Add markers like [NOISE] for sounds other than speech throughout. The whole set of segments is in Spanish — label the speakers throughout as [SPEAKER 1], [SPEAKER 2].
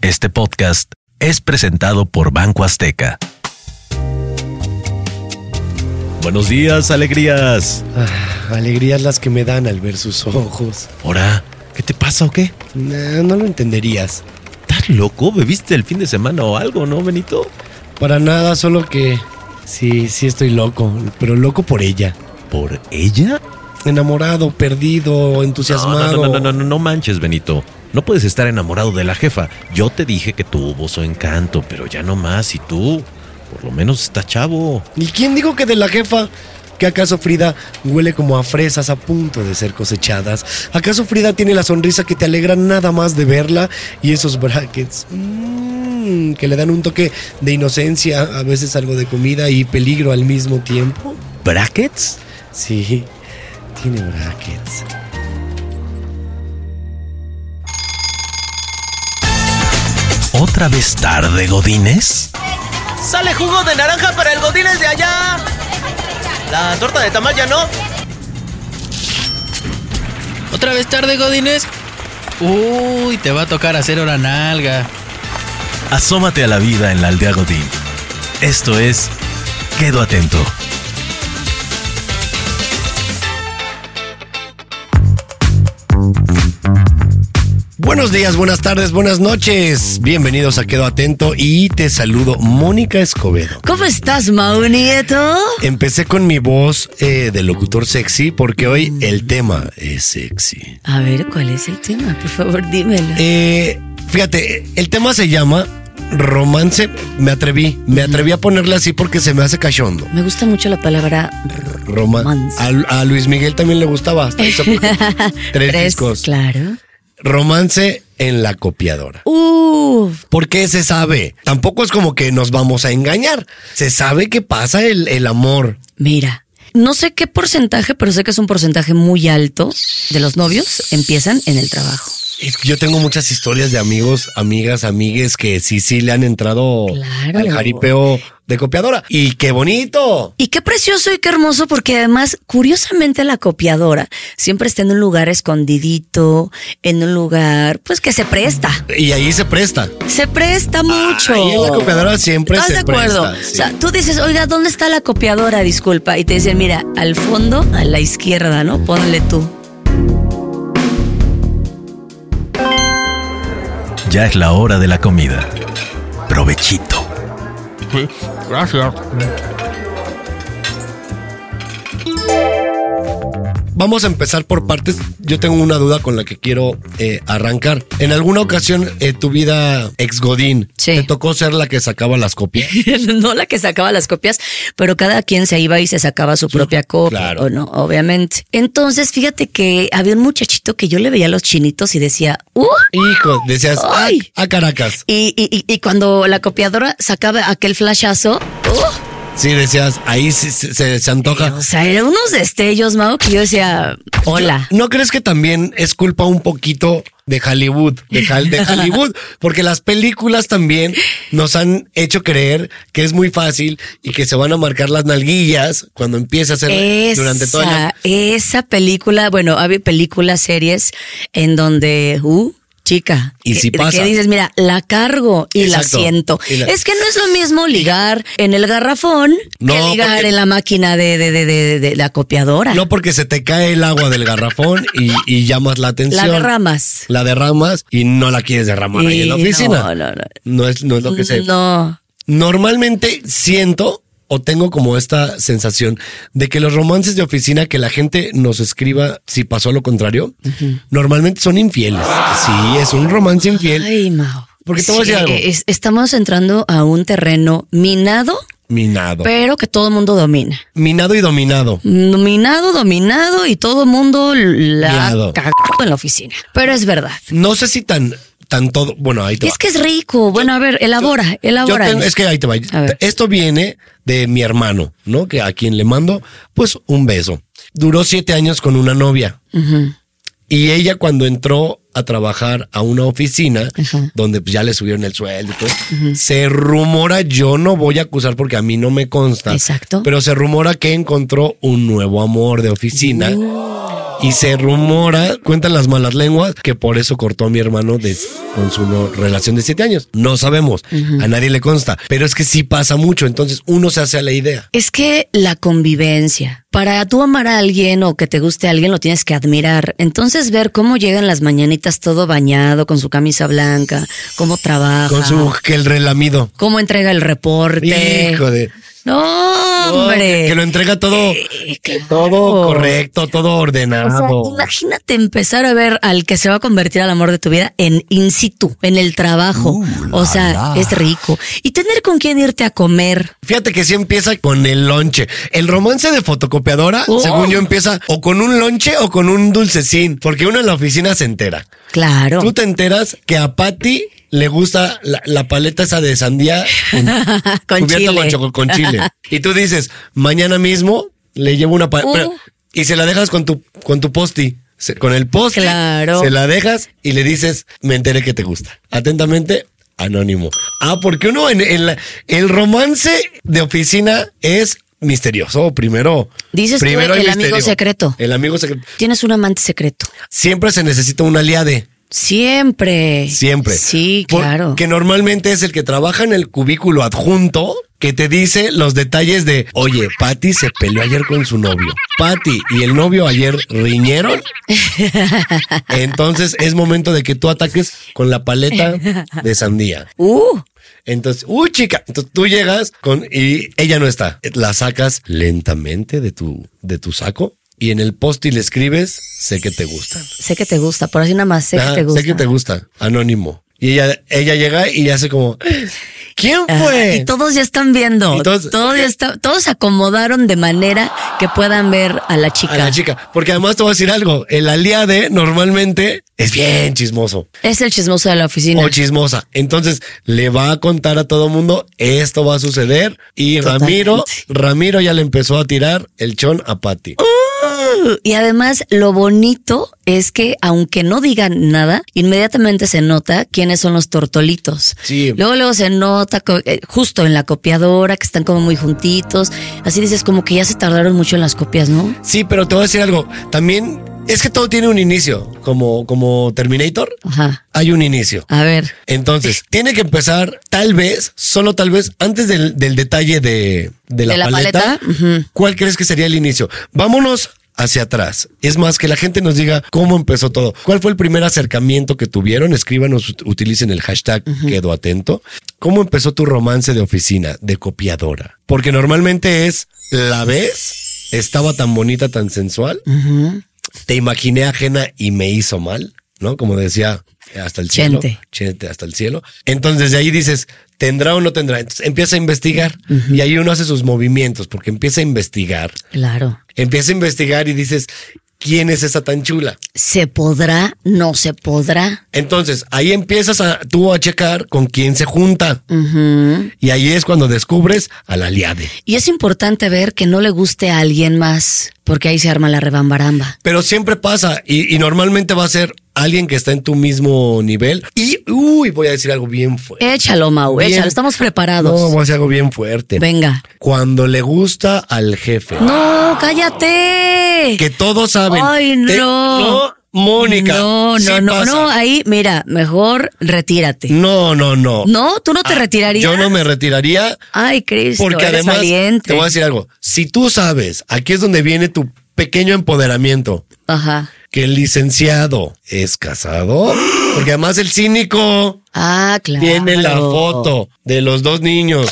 [SPEAKER 1] Este podcast es presentado por Banco Azteca. Buenos días, alegrías.
[SPEAKER 2] Ah, alegrías las que me dan al ver sus ojos.
[SPEAKER 1] Ahora, ¿qué te pasa o qué?
[SPEAKER 2] Nah, no lo entenderías.
[SPEAKER 1] ¿Estás loco? ¿Bebiste el fin de semana o algo, no, Benito?
[SPEAKER 2] Para nada, solo que... Sí, sí estoy loco, pero loco por ella.
[SPEAKER 1] ¿Por ella?
[SPEAKER 2] Enamorado, perdido,
[SPEAKER 1] No, no,
[SPEAKER 2] entusiasmado.
[SPEAKER 1] no, no, no, no, no manches, Benito. No puedes estar enamorado de la jefa. Yo te dije que tuvo su encanto, pero ya no más. Y tú, por lo menos está chavo.
[SPEAKER 2] ¿Y quién dijo que de la jefa? ¿Que acaso Frida huele como a fresas a punto de ser cosechadas? ¿Acaso Frida tiene la sonrisa que te alegra nada más de verla? Y esos brackets mm, que le dan un toque de inocencia, a veces algo de comida y peligro al mismo tiempo.
[SPEAKER 1] ¿Brackets?
[SPEAKER 2] Sí, tiene brackets.
[SPEAKER 1] ¿Otra vez tarde, Godines?
[SPEAKER 3] Sale jugo de naranja para el Godínez de allá. La torta de tamal ya no.
[SPEAKER 4] ¿Otra vez tarde, Godines? Uy, te va a tocar hacer hora nalga.
[SPEAKER 1] Asómate a la vida en la aldea Godín. Esto es Quedo Atento.
[SPEAKER 2] Buenos días, buenas tardes, buenas noches. Bienvenidos a Quedo Atento y te saludo, Mónica Escobedo.
[SPEAKER 5] ¿Cómo estás, Mau Nieto?
[SPEAKER 2] Empecé con mi voz eh, de locutor sexy porque hoy el tema es sexy.
[SPEAKER 5] A ver, ¿cuál es el tema? Por favor, dímelo.
[SPEAKER 2] Eh, fíjate, el tema se llama romance. Me atreví, me atreví a ponerle así porque se me hace cachondo.
[SPEAKER 5] Me gusta mucho la palabra
[SPEAKER 2] Roma-
[SPEAKER 5] Romance.
[SPEAKER 2] A, a Luis Miguel también le gustaba. hasta hizo
[SPEAKER 5] [LAUGHS]
[SPEAKER 2] tres discos.
[SPEAKER 5] Claro.
[SPEAKER 2] Romance en la copiadora.
[SPEAKER 5] Uf,
[SPEAKER 2] Porque se sabe. Tampoco es como que nos vamos a engañar. Se sabe que pasa el, el amor.
[SPEAKER 5] mira. No sé qué porcentaje, pero sé que es un porcentaje muy alto de los novios empiezan en el trabajo.
[SPEAKER 2] Es que Yo tengo muchas historias de amigos, amigas, amigues que sí, sí le han entrado
[SPEAKER 5] Claro.
[SPEAKER 2] al jaripeo de copiadora. Y qué bonito.
[SPEAKER 5] Y qué precioso y qué hermoso, porque además, curiosamente, la copiadora siempre está en un lugar escondidito, en un lugar, pues que se presta.
[SPEAKER 2] Y ahí se presta.
[SPEAKER 5] Se presta mucho.
[SPEAKER 2] Ahí en la copiadora siempre
[SPEAKER 5] ¿Estás
[SPEAKER 2] se
[SPEAKER 5] de acuerdo?
[SPEAKER 2] presta, sí.
[SPEAKER 5] O sea, tú dices, oiga, ¿dónde está la copiadora? Disculpa. Y te dicen, mira, al fondo, a la izquierda, ¿no? Ponle tú. [LAUGHS]
[SPEAKER 1] Ya es la hora de la comida. Provechito.
[SPEAKER 2] Vamos a empezar por partes. Yo tengo una duda con la que quiero eh, arrancar. En alguna ocasión, eh, tu vida ex Godín,
[SPEAKER 5] Sí.
[SPEAKER 2] ¿te tocó ser la que sacaba las copias? [LAUGHS]
[SPEAKER 5] no la que sacaba las copias, pero cada quien se iba y se sacaba su propia copia,
[SPEAKER 2] claro.
[SPEAKER 5] ¿o no? Obviamente. Entonces, fíjate que había un muchachito que yo le veía los chinitos y decía, ¡uh!
[SPEAKER 2] Hijo, decías, ¡ay!
[SPEAKER 5] Ay.
[SPEAKER 2] A Caracas.
[SPEAKER 5] Y, y- y- y cuando la copiadora sacaba aquel flashazo, ¡uh!
[SPEAKER 2] Sí, decías, ahí sí se, se- se antoja.
[SPEAKER 5] O sea, eran unos destellos, Mau, que yo decía, hola.
[SPEAKER 2] ¿No crees que también es culpa un poquito de Hollywood? De, Hal- de
[SPEAKER 5] [LAUGHS]
[SPEAKER 2] Hollywood. Porque las películas también nos han hecho creer que es muy fácil y que se van a marcar las nalguillas cuando empieza a hacer durante todo el año.
[SPEAKER 5] Esa película, bueno, había películas, series en donde, uh, chica.
[SPEAKER 2] Y si
[SPEAKER 5] que-
[SPEAKER 2] pasa.
[SPEAKER 5] Que dices, mira, la cargo y
[SPEAKER 2] Exacto.
[SPEAKER 5] la siento.
[SPEAKER 2] Y la-
[SPEAKER 5] Es que no es lo mismo ligar en el garrafón
[SPEAKER 2] No,
[SPEAKER 5] que ligar
[SPEAKER 2] porque-
[SPEAKER 5] en la máquina de, de, de, de- de la copiadora.
[SPEAKER 2] No porque se te cae el agua del garrafón y, y llamas la atención.
[SPEAKER 5] la derramas.
[SPEAKER 2] La derramas y no la quieres derramar ahí en la
[SPEAKER 5] Y no,
[SPEAKER 2] oficina.
[SPEAKER 5] no, no.
[SPEAKER 2] No es, no es lo que se...
[SPEAKER 5] No.
[SPEAKER 2] Normalmente siento o tengo como esta sensación de que los romances de oficina que la gente nos escriba si pasó lo contrario, normalmente son infieles. Sí, es un romance infiel.
[SPEAKER 5] Ay, Mao.
[SPEAKER 2] Porque te voy a decir algo.
[SPEAKER 5] es- estamos entrando a un terreno minado,
[SPEAKER 2] Minado.
[SPEAKER 5] pero que todo el mundo domina.
[SPEAKER 2] Minado y dominado.
[SPEAKER 5] Nominado, dominado y todo mundo la
[SPEAKER 2] Miado.
[SPEAKER 5] cagó en la oficina. Pero es verdad.
[SPEAKER 2] No sé si tan, tan todo. Bueno, ahí te
[SPEAKER 5] Y
[SPEAKER 2] va.
[SPEAKER 5] Mm. es que es rico. Bueno, a ver, elabora,
[SPEAKER 2] Yo
[SPEAKER 5] elabora.
[SPEAKER 2] tengo- es que ahí te va.
[SPEAKER 5] A ver.
[SPEAKER 2] Esto viene de mi hermano, ¿no? Que a quien le mando, pues, un beso. Duró siete años con una novia. Y ella cuando entró a trabajar a una oficina
[SPEAKER 5] Ajá.
[SPEAKER 2] donde pues, ya le subieron el sueldo y todo, se rumora, yo no voy a acusar porque a mí no me consta,
[SPEAKER 5] Exacto.
[SPEAKER 2] pero se rumora que encontró un nuevo amor de oficina Y se rumora, cuentan las malas lenguas, que por eso cortó a mi hermano de- con su no- relación de siete años. No sabemos, a nadie le consta, pero es que sí pasa mucho, entonces uno se hace a la idea.
[SPEAKER 5] Es que la convivencia, para tú amar a alguien o que te guste a alguien, lo tienes que admirar. Entonces ver cómo llegan las mañanitas todo bañado, con su camisa blanca, cómo trabaja,
[SPEAKER 2] Con su que el relamido.
[SPEAKER 5] cómo entrega el reporte.
[SPEAKER 2] Hijo de...
[SPEAKER 5] No, hombre.
[SPEAKER 2] Que lo entrega todo,
[SPEAKER 5] Eh, claro.
[SPEAKER 2] todo correcto, todo
[SPEAKER 5] O sea,
[SPEAKER 2] ordenado.
[SPEAKER 5] imagínate empezar a ver al que se va a convertir al amor de tu vida en in situ, en el trabajo.
[SPEAKER 2] Uh,
[SPEAKER 5] o sea, es rico. Y tener con quién irte a comer.
[SPEAKER 2] Fíjate que sí empieza con el lonche. El romance de fotocopiadora,
[SPEAKER 5] Oh.
[SPEAKER 2] según yo, empieza o con un lonche o con un dulcecín, porque uno en la oficina se entera.
[SPEAKER 5] Claro.
[SPEAKER 2] Tú te enteras que a Patty le gusta la, la paleta esa de sandía con-
[SPEAKER 5] [LAUGHS] con
[SPEAKER 2] cubierta con
[SPEAKER 5] chile.
[SPEAKER 2] choco- con
[SPEAKER 5] [LAUGHS]
[SPEAKER 2] chile. Y tú dices, mañana mismo le llevo una
[SPEAKER 5] Uh.
[SPEAKER 2] paleta. Y se la dejas con tu, con tu posti. Se- Con el posti.
[SPEAKER 5] Claro.
[SPEAKER 2] Se la dejas y le dices, me enteré que te gusta. Atentamente, anónimo. Ah, porque uno en, en la- el romance de oficina es misterioso. Primero.
[SPEAKER 5] Dices tú,
[SPEAKER 2] primero hay
[SPEAKER 5] el amigo
[SPEAKER 2] misterio.
[SPEAKER 5] secreto.
[SPEAKER 2] El amigo secreto.
[SPEAKER 5] Tienes un amante secreto.
[SPEAKER 2] Siempre se necesita un aliade.
[SPEAKER 5] Siempre.
[SPEAKER 2] Siempre.
[SPEAKER 5] Sí,
[SPEAKER 2] Por-
[SPEAKER 5] claro.
[SPEAKER 2] Que normalmente es el que trabaja en el cubículo adjunto que te dice los detalles de, oye, Patty se peleó ayer con su novio. Patty y el novio ayer
[SPEAKER 5] [LAUGHS]
[SPEAKER 2] riñeron. Entonces es momento de que tú ataques con la paleta de sandía.
[SPEAKER 5] Uh,
[SPEAKER 2] Entonces, uy, chica. Entonces tú llegas con y ella no está. La sacas lentamente de tu, de tu saco y en el post y le escribes, sé que te gustan.
[SPEAKER 5] sé que te gusta, por así nada más, sé
[SPEAKER 2] Ajá,
[SPEAKER 5] que te gusta.
[SPEAKER 2] Ah, Sé que te gusta. Anónimo. Y ella, ella llega y hace como, ¿quién
[SPEAKER 5] Ajá,
[SPEAKER 2] fue?
[SPEAKER 5] Ah, y todos ya están viendo.
[SPEAKER 2] Pues. Y todos-
[SPEAKER 5] todos, ya está- todos se acomodaron de manera que puedan ver a la chica.
[SPEAKER 2] a la chica. Porque además te voy a decir algo. El aliade normalmente es bien chismoso
[SPEAKER 5] Es el chismoso de la oficina.
[SPEAKER 2] o chismosa. Entonces le va a contar a todo mundo esto va a suceder. Y Ramiro, Ramiro ya le empezó a tirar el chon a Patty.
[SPEAKER 5] Y además, lo bonito es que, aunque no digan nada, inmediatamente se nota quiénes son los tortolitos.
[SPEAKER 2] Sí.
[SPEAKER 5] Luego, luego se nota co- eh, justo en la copiadora, que están como muy juntitos. Así dices, como que ya se tardaron mucho en las copias, ¿no?
[SPEAKER 2] Sí, pero te voy a decir algo. También es que todo tiene un inicio. Como, como Terminator,
[SPEAKER 5] Ajá.
[SPEAKER 2] hay un inicio.
[SPEAKER 5] A ver.
[SPEAKER 2] Entonces, tiene que empezar, tal vez, solo tal vez, antes del, del detalle de, de la,
[SPEAKER 5] ¿De la
[SPEAKER 2] paleta.
[SPEAKER 5] paleta? Ujú.
[SPEAKER 2] ¿Cuál crees que sería el inicio? Vámonos hacia atrás. Es más, que la gente nos diga cómo empezó todo. ¿Cuál fue el primer acercamiento que tuvieron? Escríbanos, ut- utilicen el hashtag quedo atento. ¿Cómo empezó tu romance de oficina, de copiadora? Porque normalmente es, ¿la ves? Estaba tan bonita, tan sensual. Te imaginé ajena y me hizo mal, ¿no? Como decía, hasta el cielo.
[SPEAKER 5] Chente.
[SPEAKER 2] Chente, hasta el cielo. Entonces de ahí dices, ¿tendrá o no tendrá? Entonces empieza a investigar y ahí uno hace sus movimientos porque empieza a investigar.
[SPEAKER 5] Claro.
[SPEAKER 2] Empieza a investigar y dices, ¿quién es esa tan chula?
[SPEAKER 5] ¿Se podrá? ¿No se podrá?
[SPEAKER 2] Entonces ahí empiezas a, tú a checar con quién se junta. Y ahí es cuando descubres al aliade.
[SPEAKER 5] Y es importante ver que no le guste a alguien más, porque ahí se arma la rebambaramba.
[SPEAKER 2] Pero siempre pasa y, y normalmente va a ser alguien que está en tu mismo nivel. Y, uy, voy a decir algo bien fuerte.
[SPEAKER 5] Échalo, Mau,
[SPEAKER 2] Bien.
[SPEAKER 5] échalo. Estamos preparados.
[SPEAKER 2] No, voy a hacer algo bien fuerte.
[SPEAKER 5] Venga.
[SPEAKER 2] Cuando le gusta al jefe.
[SPEAKER 5] No, cállate.
[SPEAKER 2] Que todos saben.
[SPEAKER 5] Ay,
[SPEAKER 2] Te-
[SPEAKER 5] no.
[SPEAKER 2] no, Mónica.
[SPEAKER 5] No, no,
[SPEAKER 2] sí
[SPEAKER 5] no,
[SPEAKER 2] pasa.
[SPEAKER 5] no. Ahí, mira, mejor retírate.
[SPEAKER 2] No, no, no. Ah,
[SPEAKER 5] No, tú no te retirarías.
[SPEAKER 2] Yo no me retiraría
[SPEAKER 5] Ay, Cristo,
[SPEAKER 2] porque
[SPEAKER 5] eres
[SPEAKER 2] además
[SPEAKER 5] valiente.
[SPEAKER 2] te voy a decir algo. Si tú sabes, aquí es donde viene tu pequeño empoderamiento.
[SPEAKER 5] Ajá.
[SPEAKER 2] Que el licenciado es casado. Porque además el cínico
[SPEAKER 5] Ah, claro.
[SPEAKER 2] tiene la foto de los dos
[SPEAKER 5] [LAUGHS]
[SPEAKER 2] niños.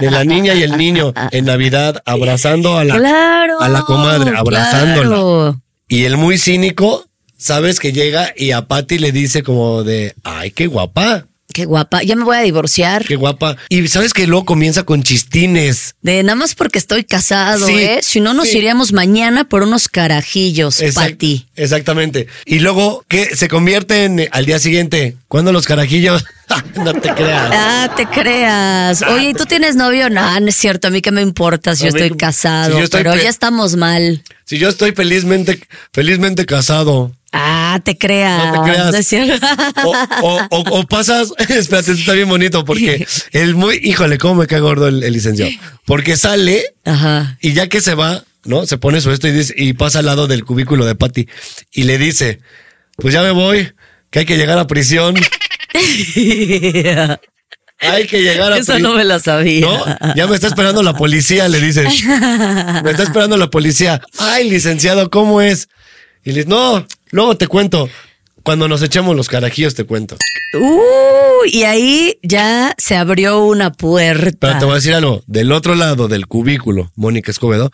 [SPEAKER 2] De la niña y el niño en Navidad abrazando a la,
[SPEAKER 5] Claro.
[SPEAKER 2] a la comadre, abrazándola.
[SPEAKER 5] claro.
[SPEAKER 2] Y el muy cínico, sabes que llega y a Patty le dice como de, ay, qué guapa,
[SPEAKER 5] Qué guapa. Ya me voy a divorciar.
[SPEAKER 2] qué guapa. Y sabes que luego comienza con chistines.
[SPEAKER 5] De nada más porque estoy casado,
[SPEAKER 2] Sí,
[SPEAKER 5] ¿eh? Si no, nos
[SPEAKER 2] sí.
[SPEAKER 5] iríamos mañana por unos carajillos,
[SPEAKER 2] Exact-
[SPEAKER 5] Pati.
[SPEAKER 2] Exactamente. Y luego que se convierte en eh, al día siguiente. cuando los carajillos? [LAUGHS] no te creas.
[SPEAKER 5] Ah, te creas. Oye, ¿y tú tienes novio? No, no es cierto. A mí qué me importa si
[SPEAKER 2] Ah, pues A mí
[SPEAKER 5] yo
[SPEAKER 2] que-
[SPEAKER 5] estoy casado.
[SPEAKER 2] si yo estoy
[SPEAKER 5] pero
[SPEAKER 2] pe-
[SPEAKER 5] ya estamos mal.
[SPEAKER 2] Si yo estoy felizmente, felizmente casado.
[SPEAKER 5] Ah, te creas.
[SPEAKER 2] No te creas.
[SPEAKER 5] No es cierto.
[SPEAKER 2] O, o- o- o pasas, [LAUGHS] espérate, esto está bien bonito porque el muy, híjole, cómo me cae gordo el, el licenciado. Porque sale
[SPEAKER 5] [LAUGHS] Ajá.
[SPEAKER 2] y ya que se va, ¿no? Se pone su esto y, dice, y pasa al lado del cubículo de Patty y le dice, pues ya me voy, que hay que llegar a
[SPEAKER 5] [LAUGHS]
[SPEAKER 2] prisión, hay que llegar a
[SPEAKER 5] Esa
[SPEAKER 2] prisión.
[SPEAKER 5] no me la sabía.
[SPEAKER 2] No, ya me está esperando la policía, le dice. Me está esperando la policía. Ay, licenciado, ¿cómo es? Y le dice, no, luego te cuento. Cuando nos echemos los carajillos te cuento.
[SPEAKER 5] Uh, y ahí ya se abrió una
[SPEAKER 2] Pero
[SPEAKER 5] puerta.
[SPEAKER 2] te voy a decir algo. Del otro lado del cubículo, Mónica Escobedo,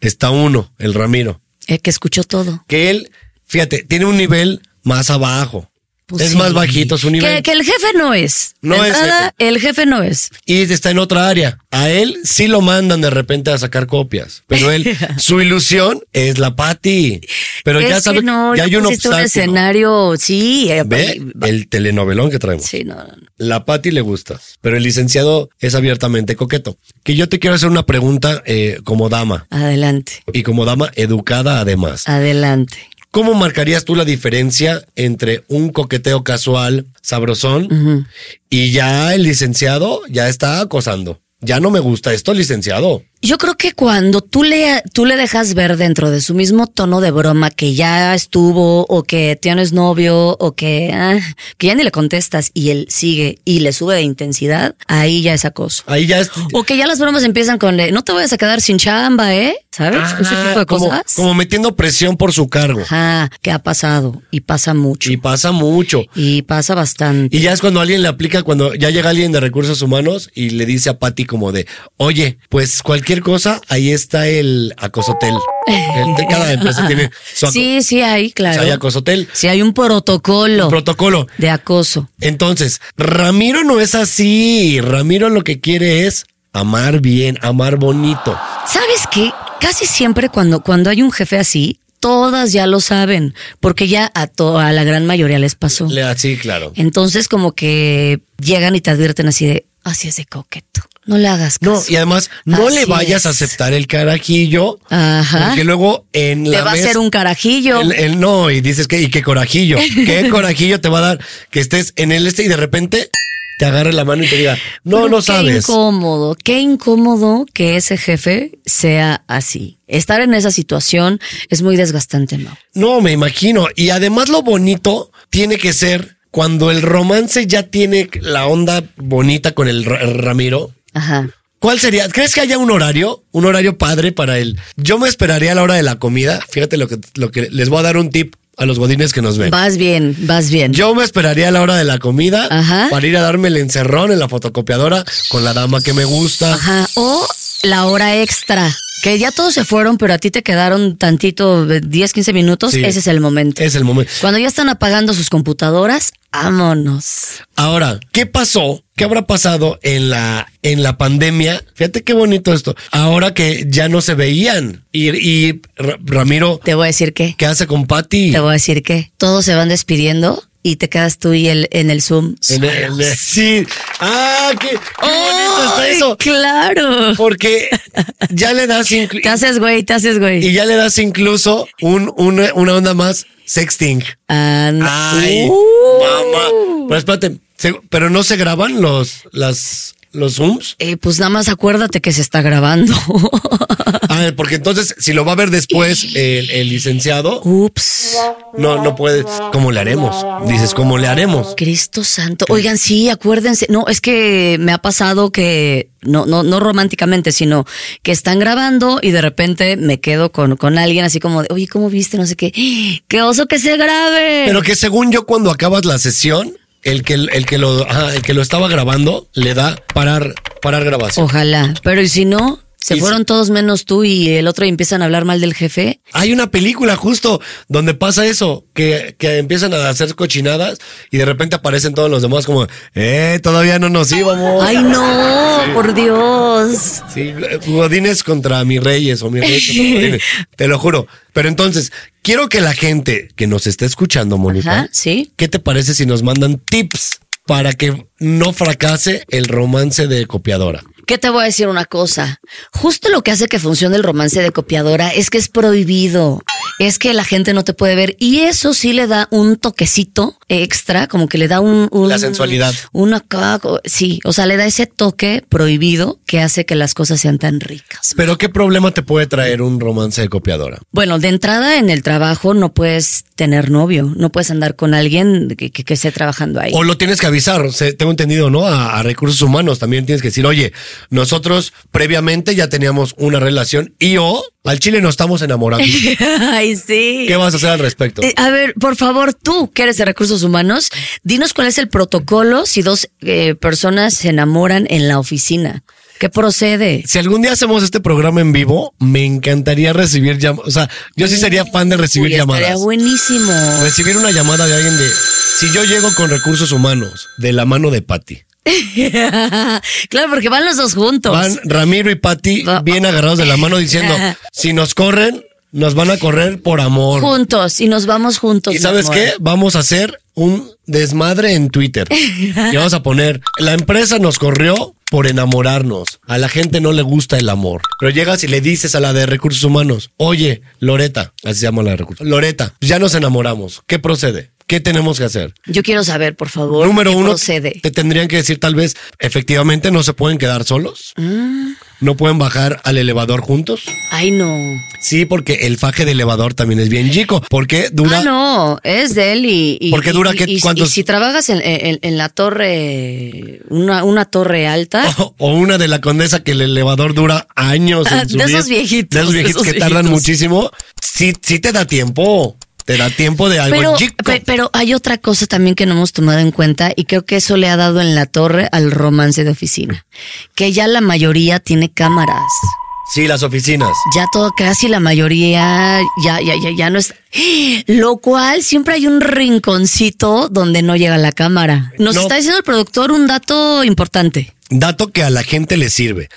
[SPEAKER 2] está uno, el Ramiro.
[SPEAKER 5] Eh, que escuchó todo.
[SPEAKER 2] Que él, fíjate, tiene un nivel más abajo.
[SPEAKER 5] Pues
[SPEAKER 2] es
[SPEAKER 5] sí.
[SPEAKER 2] más bajito su nivel.
[SPEAKER 5] Que, que el jefe no es.
[SPEAKER 2] No
[SPEAKER 5] De
[SPEAKER 2] es
[SPEAKER 5] entrada, El jefe no es.
[SPEAKER 2] y está en otra área. A él sí lo mandan de repente a sacar copias, pero
[SPEAKER 5] [LAUGHS]
[SPEAKER 2] él, su ilusión es la Patty. Pero
[SPEAKER 5] Es
[SPEAKER 2] ya
[SPEAKER 5] que
[SPEAKER 2] sabe,
[SPEAKER 5] no,
[SPEAKER 2] ya hay un
[SPEAKER 5] pusiste un
[SPEAKER 2] obstáculo.
[SPEAKER 5] escenario, sí. eh,
[SPEAKER 2] Ve el telenovelón que traemos.
[SPEAKER 5] Sí, no, no, no.
[SPEAKER 2] La Patty le gusta, pero el licenciado es abiertamente coqueto. Que yo te quiero hacer una pregunta eh, como dama
[SPEAKER 5] Adelante,
[SPEAKER 2] y como dama educada además.
[SPEAKER 5] Ah. adelante.
[SPEAKER 2] ¿Cómo marcarías tú la diferencia entre un coqueteo casual, sabrosón,
[SPEAKER 5] Ujú.
[SPEAKER 2] y ya el licenciado ya está acosando? Ya no me gusta esto, licenciado.
[SPEAKER 5] Yo creo que cuando tú le, tú le dejas ver dentro de su mismo tono de broma que ya estuvo o que tienes novio o que, ah, que ya ni le contestas y él sigue y le sube de intensidad, ahí ya es acoso.
[SPEAKER 2] Ahí ya es.
[SPEAKER 5] O que ya las bromas empiezan con le, no te vayas a quedar sin chamba, ¿eh? ¿Sabes? Ese tipo de
[SPEAKER 2] como,
[SPEAKER 5] cosas.
[SPEAKER 2] como metiendo presión por su cargo.
[SPEAKER 5] Ajá, que ha pasado y pasa mucho
[SPEAKER 2] Y pasa mucho.
[SPEAKER 5] y pasa bastante.
[SPEAKER 2] Y ya es cuando alguien le aplica, cuando ya llega alguien de recursos humanos y le dice a Patty como de, oye, pues cualquier cosa, ahí está el
[SPEAKER 5] [LAUGHS]
[SPEAKER 2] acosotel. El de cada empresa tiene su aco-
[SPEAKER 5] Sí, sí, hay,
[SPEAKER 2] o
[SPEAKER 5] claro.
[SPEAKER 2] sea, hay acosotel.
[SPEAKER 5] Sí, hay un protocolo
[SPEAKER 2] Protocolo.
[SPEAKER 5] de acoso.
[SPEAKER 2] Entonces, Ramiro no es así. Ramiro lo que quiere es amar bien, amar bonito.
[SPEAKER 5] Ah. ¿Sabes qué? Casi siempre cuando, cuando hay un jefe así, todas ya lo saben, porque ya a, to- a la gran mayoría les pasó.
[SPEAKER 2] Le- Así, claro.
[SPEAKER 5] Entonces como que llegan y te advierten así de, así es de coqueto, no le hagas
[SPEAKER 2] No,
[SPEAKER 5] caso.
[SPEAKER 2] y además, no
[SPEAKER 5] Así
[SPEAKER 2] le vayas a
[SPEAKER 5] es.
[SPEAKER 2] aceptar el carajillo.
[SPEAKER 5] Ajá.
[SPEAKER 2] Porque luego en la
[SPEAKER 5] Te va a
[SPEAKER 2] mesa-
[SPEAKER 5] hacer un carajillo.
[SPEAKER 2] El, el no, y dices que, y qué
[SPEAKER 5] [LAUGHS]
[SPEAKER 2] corajillo, qué corajillo te va a dar que estés en el este y de repente te agarre la mano y te diga, no,
[SPEAKER 5] Pero
[SPEAKER 2] no
[SPEAKER 5] qué
[SPEAKER 2] sabes.
[SPEAKER 5] incómodo, qué incómodo que ese jefe sea así. Estar en esa situación es muy desgastante, Mau.
[SPEAKER 2] No, me imagino. Y además lo bonito tiene que ser cuando el romance ya tiene la onda bonita con el Ra- Ramiro.
[SPEAKER 5] Ajá.
[SPEAKER 2] ¿Cuál sería? ¿Crees que haya un horario? Un horario padre para él. Yo me esperaría a la hora de la comida. Fíjate lo que, lo que les voy a dar un tip a los godines que nos ven.
[SPEAKER 5] Vas bien, vas bien.
[SPEAKER 2] Yo me esperaría a la hora de la comida
[SPEAKER 5] Ajá.
[SPEAKER 2] para ir a darme el encerrón en la fotocopiadora con la dama que me gusta.
[SPEAKER 5] Ajá. O la hora extra. Que ya todos se fueron, pero a ti te quedaron tantito, eh, 10, 15 minutos.
[SPEAKER 2] Sí. Eh.
[SPEAKER 5] Ese es el momento.
[SPEAKER 2] Es el momento.
[SPEAKER 5] Cuando ya están apagando sus computadoras, vámonos.
[SPEAKER 2] Ahora, ¿qué pasó? ¿Qué habrá pasado en la, en la pandemia? Fíjate qué bonito esto. Ahora que ya no se veían. Y, y Ra- Ramiro,
[SPEAKER 5] Te voy a decir qué.
[SPEAKER 2] ¿qué hace con Patty?
[SPEAKER 5] Te voy a decir qué. Todos se van despidiendo y te quedas tú y él en el Zoom.
[SPEAKER 2] En el- en el- sí. Ah, qué, qué bonito está
[SPEAKER 5] ¡Ay,
[SPEAKER 2] eso.
[SPEAKER 5] Claro.
[SPEAKER 2] Porque ya le das
[SPEAKER 5] [LAUGHS]
[SPEAKER 2] inclu-
[SPEAKER 5] Te haces güey, te haces güey.
[SPEAKER 2] y ya le das incluso un, un- una onda más sexting.
[SPEAKER 5] Anda.
[SPEAKER 2] Ay,
[SPEAKER 5] Uh.
[SPEAKER 2] mamá. Pero espérate, se- pero no se graban los, las, los zooms.
[SPEAKER 5] Eh, pues nada más acuérdate que se está grabando. [LAUGHS]
[SPEAKER 2] Ah, porque entonces, si lo va a ver después el, el licenciado,
[SPEAKER 5] Ups.
[SPEAKER 2] no, no puede. ¿Cómo le haremos? Dices, ¿cómo le haremos?
[SPEAKER 5] Cristo santo. Oigan, sí, acuérdense. No, es que me ha pasado que, no, no, no románticamente, sino que están grabando y de repente me quedo con, con alguien así como de, oye, ¿cómo viste? No sé qué. ¡Qué [GASPS] oso que se grabe!
[SPEAKER 2] Pero que según yo, cuando acabas la sesión, el que, el que, lo, ajá, el que lo estaba grabando le da parar, parar grabación.
[SPEAKER 5] Ojalá. Pero y si no, se
[SPEAKER 2] Y si-
[SPEAKER 5] fueron todos menos tú y el otro y empiezan a hablar mal del jefe.
[SPEAKER 2] Hay una película justo donde pasa eso, que, que empiezan a hacer cochinadas y de repente aparecen todos los demás como, eh, todavía no nos íbamos.
[SPEAKER 5] ¡Ay, no! ¡Por Dios!
[SPEAKER 2] Sí, Godines contra mis reyes o mis reyes
[SPEAKER 5] [LAUGHS]
[SPEAKER 2] contra Godines, te lo juro. Pero entonces, quiero que la gente que nos está escuchando, Mónica,
[SPEAKER 5] Ajá, sí.
[SPEAKER 2] ¿qué te parece si nos mandan tips para que no fracase el romance de copiadora?
[SPEAKER 5] ¿Qué te voy a decir una cosa? Justo lo que hace que funcione el romance de copiadora es que es prohibido. es que la gente no te puede ver. Y eso sí le da un toquecito extra, como que le da un. un-
[SPEAKER 2] La sensualidad.
[SPEAKER 5] Una. ca- Sí, o sea, le da ese toque prohibido que hace que las cosas sean tan ricas.
[SPEAKER 2] Pero ¿qué problema te puede traer un romance de copiadora?
[SPEAKER 5] Bueno, de entrada en el trabajo no puedes tener novio, no puedes andar con alguien que, que- que esté trabajando ahí.
[SPEAKER 2] O lo tienes que avisar, o sea, tengo entendido, ¿no? A, a recursos humanos también tienes que decir, oye, nosotros previamente ya teníamos una relación y o al chile nos estamos
[SPEAKER 5] [LAUGHS]
[SPEAKER 2] enamorando.
[SPEAKER 5] [LAUGHS] Ay, sí.
[SPEAKER 2] ¿Qué vas a hacer al respecto?
[SPEAKER 5] Eh, a ver, por favor, tú que eres de recursos humanos, dinos cuál es el protocolo si dos eh, personas se enamoran en la oficina. ¿Qué procede?
[SPEAKER 2] Si algún día hacemos este programa en vivo, me encantaría recibir llamadas. O sea, yo sí sería fan de recibir
[SPEAKER 5] Uy, Estaría
[SPEAKER 2] llamadas. Pues
[SPEAKER 5] buenísimo.
[SPEAKER 2] Recibir una llamada de alguien de. Si yo llego con recursos humanos, de la mano de Patty.
[SPEAKER 5] Ah, claro, porque van los dos juntos.
[SPEAKER 2] Van Ramiro y Patty
[SPEAKER 5] Va-
[SPEAKER 2] bien agarrados de la mano
[SPEAKER 5] [LAUGHS]
[SPEAKER 2] diciendo: si nos corren, nos van a correr por amor.
[SPEAKER 5] juntos y nos vamos juntos.
[SPEAKER 2] ¿Y
[SPEAKER 5] mi
[SPEAKER 2] sabes
[SPEAKER 5] amor.
[SPEAKER 2] qué? Vamos a hacer un desmadre en
[SPEAKER 5] [LAUGHS]
[SPEAKER 2] Twitter. y vamos a poner, la empresa nos corrió por enamorarnos. A la gente no le gusta el amor. Pero llegas y le dices a la de recursos humanos, oye, Loreta, así se llama la de recursos. Loreta, ya nos enamoramos. ¿Qué procede? ¿Qué tenemos que hacer?
[SPEAKER 5] Yo quiero saber, por favor,
[SPEAKER 2] Número
[SPEAKER 5] qué
[SPEAKER 2] uno,
[SPEAKER 5] procede.
[SPEAKER 2] te tendrían que decir tal vez, efectivamente no se pueden quedar solos.
[SPEAKER 5] Mm.
[SPEAKER 2] No pueden bajar al elevador juntos.
[SPEAKER 5] Ay, no.
[SPEAKER 2] Sí, porque el faje de elevador también es bien chico. Porque dura...
[SPEAKER 5] Ah, no, es de él y... y-
[SPEAKER 2] ¿Por qué dura
[SPEAKER 5] y-
[SPEAKER 2] qué?
[SPEAKER 5] y- y
[SPEAKER 2] ¿Cuántos?
[SPEAKER 5] si trabajas en, en- en la torre, una, una torre alta...
[SPEAKER 2] O, [LAUGHS] o una de la condesa que el elevador dura años. en
[SPEAKER 5] Ah, de
[SPEAKER 2] subir.
[SPEAKER 5] esos viejitos,
[SPEAKER 2] De esos viejitos
[SPEAKER 5] esos
[SPEAKER 2] que tardan
[SPEAKER 5] viejitos.
[SPEAKER 2] muchísimo. Sí, sí te da tiempo. Te da tiempo de algo
[SPEAKER 5] Pero,
[SPEAKER 2] chico.
[SPEAKER 5] pe- pero hay otra cosa también que no hemos tomado en cuenta y creo que eso le ha dado en la torre al romance de oficina, que ya la mayoría tiene cámaras,
[SPEAKER 2] sí, las oficinas.
[SPEAKER 5] ya todo, casi la mayoría ya, ya, ya, ya no es, lo cual siempre hay un rinconcito donde no llega la cámara. Nos
[SPEAKER 2] No.
[SPEAKER 5] está diciendo el productor un dato importante.
[SPEAKER 2] Dato que a la gente le sirve.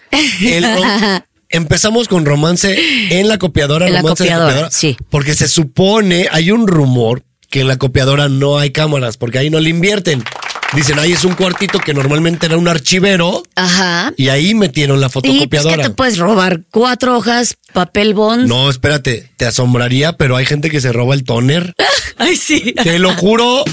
[SPEAKER 2] El
[SPEAKER 5] [LAUGHS]
[SPEAKER 2] rom- Empezamos con romance en la copiadora,
[SPEAKER 5] En la
[SPEAKER 2] romance en
[SPEAKER 5] copiadora, sí.
[SPEAKER 2] Porque se supone, hay un rumor que en la copiadora no hay cámaras, porque ahí no le invierten. Dicen, ahí es un cuartito que normalmente era un archivero
[SPEAKER 5] Ajá.
[SPEAKER 2] y ahí metieron la
[SPEAKER 5] Y pues,
[SPEAKER 2] fotocopiadora.
[SPEAKER 5] que te puedes robar cuatro hojas, papel bond.
[SPEAKER 2] No, espérate, te asombraría, pero hay gente que se roba el toner.
[SPEAKER 5] [LAUGHS] Ay, sí.
[SPEAKER 2] Te lo juro,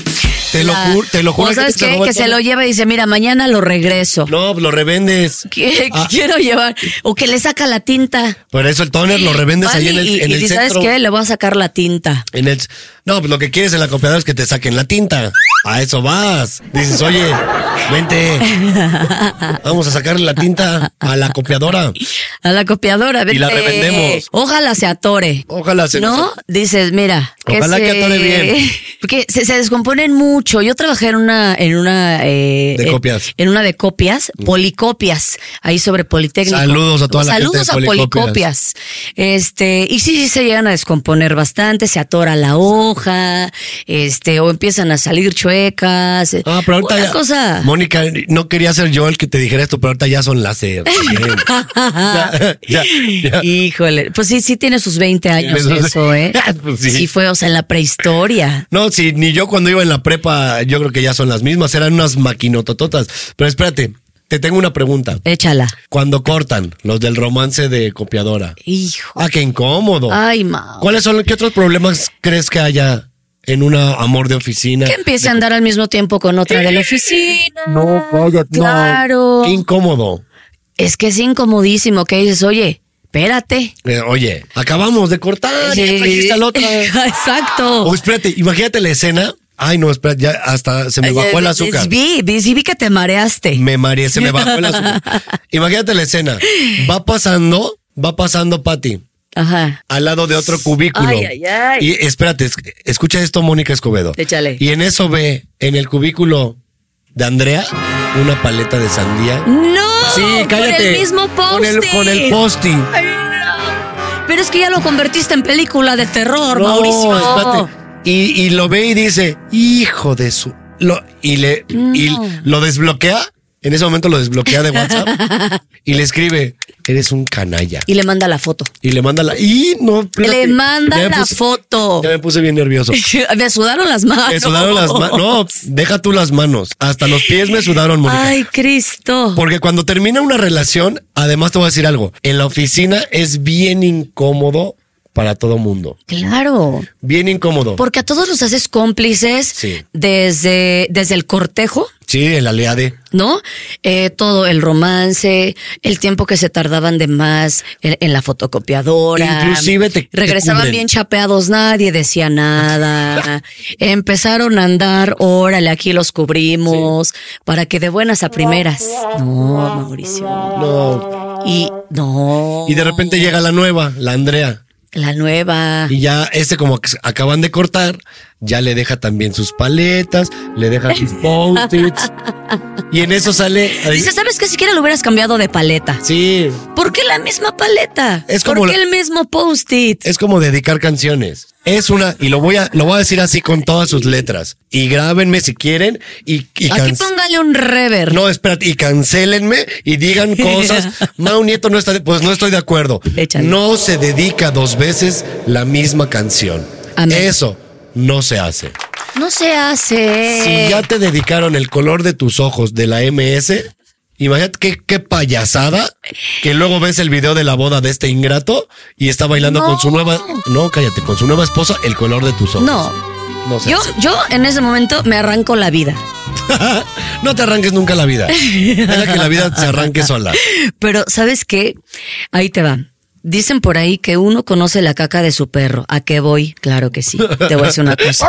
[SPEAKER 2] te lo
[SPEAKER 5] La-
[SPEAKER 2] juro, te lo juro.
[SPEAKER 5] No,
[SPEAKER 2] hay gente
[SPEAKER 5] ¿sabes qué?
[SPEAKER 2] roba
[SPEAKER 5] Que
[SPEAKER 2] el
[SPEAKER 5] se lo
[SPEAKER 2] tóner.
[SPEAKER 5] lleva y dice, mira, mañana lo regreso.
[SPEAKER 2] No, lo revendes.
[SPEAKER 5] que [LAUGHS]
[SPEAKER 2] Ah,
[SPEAKER 5] quiero llevar o que le saca la tinta.
[SPEAKER 2] Por eso el toner lo revendes
[SPEAKER 5] Van
[SPEAKER 2] ahí en el,
[SPEAKER 5] y,
[SPEAKER 2] en
[SPEAKER 5] y
[SPEAKER 2] el
[SPEAKER 5] dices,
[SPEAKER 2] centro.
[SPEAKER 5] ¿sabes qué? Le voy a sacar la tinta.
[SPEAKER 2] En el, no, pues lo que quieres en la copiadora es que te saquen la tinta. A eso vas. Dices, oye,
[SPEAKER 5] [LAUGHS]
[SPEAKER 2] vente. Vamos a sacarle la tinta a la copiadora.
[SPEAKER 5] A la copiadora, vete.
[SPEAKER 2] Y la revendemos.
[SPEAKER 5] Ojalá se atore.
[SPEAKER 2] Ojalá se
[SPEAKER 5] ¿No?
[SPEAKER 2] nos-
[SPEAKER 5] Dices, mira.
[SPEAKER 2] Ojalá que
[SPEAKER 5] se-
[SPEAKER 2] atore bien.
[SPEAKER 5] [LAUGHS] Porque se, se descomponen mucho. Yo trabajé en una. En una eh,
[SPEAKER 2] De
[SPEAKER 5] eh,
[SPEAKER 2] copias. Mm.
[SPEAKER 5] En una de copias, policopias, ahí sobre Politécnico.
[SPEAKER 2] Saludos a toda la gente
[SPEAKER 5] Saludos
[SPEAKER 2] de
[SPEAKER 5] a policopias.
[SPEAKER 2] Policopias.
[SPEAKER 5] Este, y sí, sí se llegan a descomponer bastante, se atora la hoja, este, o empiezan a salir chuecas.
[SPEAKER 2] Ah, pero ahorita
[SPEAKER 5] Una
[SPEAKER 2] ya-
[SPEAKER 5] cosa. [LAUGHS]
[SPEAKER 2] Mónica, no quería ser yo el que te dijera esto, pero ahorita ya son ¿eh? láser. Bien. Ya, ya, ya.
[SPEAKER 5] Híjole, pues sí, sí tiene sus 20 años
[SPEAKER 2] Tiene sus-
[SPEAKER 5] eso, ¿eh?
[SPEAKER 2] [LAUGHS] Pues
[SPEAKER 5] sí.
[SPEAKER 2] sí.
[SPEAKER 5] fue, o sea, en la prehistoria.
[SPEAKER 2] No, si ni yo cuando iba en la prepa, yo creo que ya son las mismas, eran unas maquinotototas. Pero espérate, te tengo una pregunta.
[SPEAKER 5] Échala.
[SPEAKER 2] Cuando cortan los del romance de copiadora.
[SPEAKER 5] Hijo.
[SPEAKER 2] Ah, qué incómodo.
[SPEAKER 5] Ay, ma.
[SPEAKER 2] ¿Cuáles son qué otros problemas crees que haya en un amor de oficina?
[SPEAKER 5] Que empiece a andar al mismo tiempo con otra de la oficina.
[SPEAKER 2] No, cállate. no.
[SPEAKER 5] Claro.
[SPEAKER 2] Qué incómodo.
[SPEAKER 5] Es que es incomodísimo que dices, oye, espérate.
[SPEAKER 2] Eh, oye, acabamos de cortar. ya trajiste al
[SPEAKER 5] [LAUGHS]
[SPEAKER 2] otro.
[SPEAKER 5] Exacto.
[SPEAKER 2] O espérate, imagínate la escena. Ay, no, espérate, ya hasta se me bajó el azúcar.
[SPEAKER 5] eh, Vi, vi, sí vi que te mareaste.
[SPEAKER 2] Me mareé, se me bajó el
[SPEAKER 5] [LAUGHS]
[SPEAKER 2] azúcar. Imagínate la escena. Va pasando, va pasando Patty
[SPEAKER 5] Ajá.
[SPEAKER 2] al lado de otro cubículo.
[SPEAKER 5] Ay, ay, ay.
[SPEAKER 2] Y espérate, es- escucha esto, Mónica Escobedo.
[SPEAKER 5] Échale.
[SPEAKER 2] Y en eso ve en el cubículo de Andrea una paleta de sandía.
[SPEAKER 5] No.
[SPEAKER 2] sí, cállate.
[SPEAKER 5] Con el mismo post.
[SPEAKER 2] Con el, con el posting.
[SPEAKER 5] Pero es que ya lo convertiste en película de terror,
[SPEAKER 2] No,
[SPEAKER 5] Mauricio.
[SPEAKER 2] espérate. Y, y lo ve y dice, hijo de su. Lo, y le
[SPEAKER 5] Mm,
[SPEAKER 2] y lo desbloquea. En ese momento lo desbloquea de
[SPEAKER 5] [LAUGHS]
[SPEAKER 2] WhatsApp y le escribe: Eres un canalla.
[SPEAKER 5] Y le manda la foto. [LAUGHS]
[SPEAKER 2] Y le manda la. Y no. espérate,
[SPEAKER 5] Le manda
[SPEAKER 2] ya me
[SPEAKER 5] la
[SPEAKER 2] puse-
[SPEAKER 5] foto.
[SPEAKER 2] Ya me puse bien
[SPEAKER 5] [LAUGHS]
[SPEAKER 2] nervioso.
[SPEAKER 5] Me sudaron las manos.
[SPEAKER 2] Me sudaron las manos.
[SPEAKER 5] [LAUGHS]
[SPEAKER 2] No, deja tú las manos. Hasta los pies me sudaron, Mónica.
[SPEAKER 5] Ay, Cristo.
[SPEAKER 2] Porque cuando termina una relación, además te voy a decir algo. En la oficina es bien incómodo para todo mundo.
[SPEAKER 5] Claro.
[SPEAKER 2] Bien incómodo.
[SPEAKER 5] Porque a todos los haces cómplices
[SPEAKER 2] Sí.
[SPEAKER 5] desde, desde el cortejo,
[SPEAKER 2] Sí, el aleade.
[SPEAKER 5] ¿no? Eh, todo el romance, el tiempo que se tardaban de más en, en la fotocopiadora.
[SPEAKER 2] Inclusive te- te
[SPEAKER 5] regresaban
[SPEAKER 2] cubren.
[SPEAKER 5] bien chapeados, nadie decía nada. Empezaron a andar, órale, aquí los cubrimos para que de buenas a primeras. No, Mauricio.
[SPEAKER 2] No.
[SPEAKER 5] Y no.
[SPEAKER 2] Y de repente llega la nueva, la Andrea.
[SPEAKER 5] la nueva.
[SPEAKER 2] Y ya este como que acaban de cortar, ya le deja también sus paletas, le deja sus post-its. Y en eso sale...
[SPEAKER 5] Dice, ¿sabes qué? Siquiera lo hubieras cambiado de paleta.
[SPEAKER 2] Sí,
[SPEAKER 5] ¿Por qué la misma paleta?
[SPEAKER 2] Es como
[SPEAKER 5] ¿Por qué
[SPEAKER 2] la-
[SPEAKER 5] el mismo post-it?
[SPEAKER 2] es como dedicar canciones. Es una, y lo voy a, lo voy a decir así con todas sus letras. Y grábenme si quieren y, y
[SPEAKER 5] Aquí
[SPEAKER 2] canc-
[SPEAKER 5] póngale un rever.
[SPEAKER 2] No, espérate, y cancelenme y
[SPEAKER 5] [LAUGHS]
[SPEAKER 2] digan cosas. Mau Nieto no está, de- pues no estoy de acuerdo.
[SPEAKER 5] Échale.
[SPEAKER 2] No se dedica dos veces la misma canción.
[SPEAKER 5] Amén.
[SPEAKER 2] Eso no se hace.
[SPEAKER 5] No se hace.
[SPEAKER 2] Si ya te dedicaron el color de tus ojos de la MS, imagínate qué, qué payasada que luego ves el video de la boda de este ingrato y está bailando
[SPEAKER 5] No.
[SPEAKER 2] con su nueva. No, cállate, con su nueva esposa, el color de tus ojos.
[SPEAKER 5] No.
[SPEAKER 2] No se
[SPEAKER 5] Yo,
[SPEAKER 2] hace. [LAUGHS]
[SPEAKER 5] yo en ese momento me arranco la vida.
[SPEAKER 2] no te arranques nunca la vida. Deja que la vida se arranque sola.
[SPEAKER 5] Pero, ¿sabes qué? Ahí te va. Dicen por ahí que uno conoce la caca de su perro. ¿A qué voy? Claro que sí. Te voy a decir una cosa.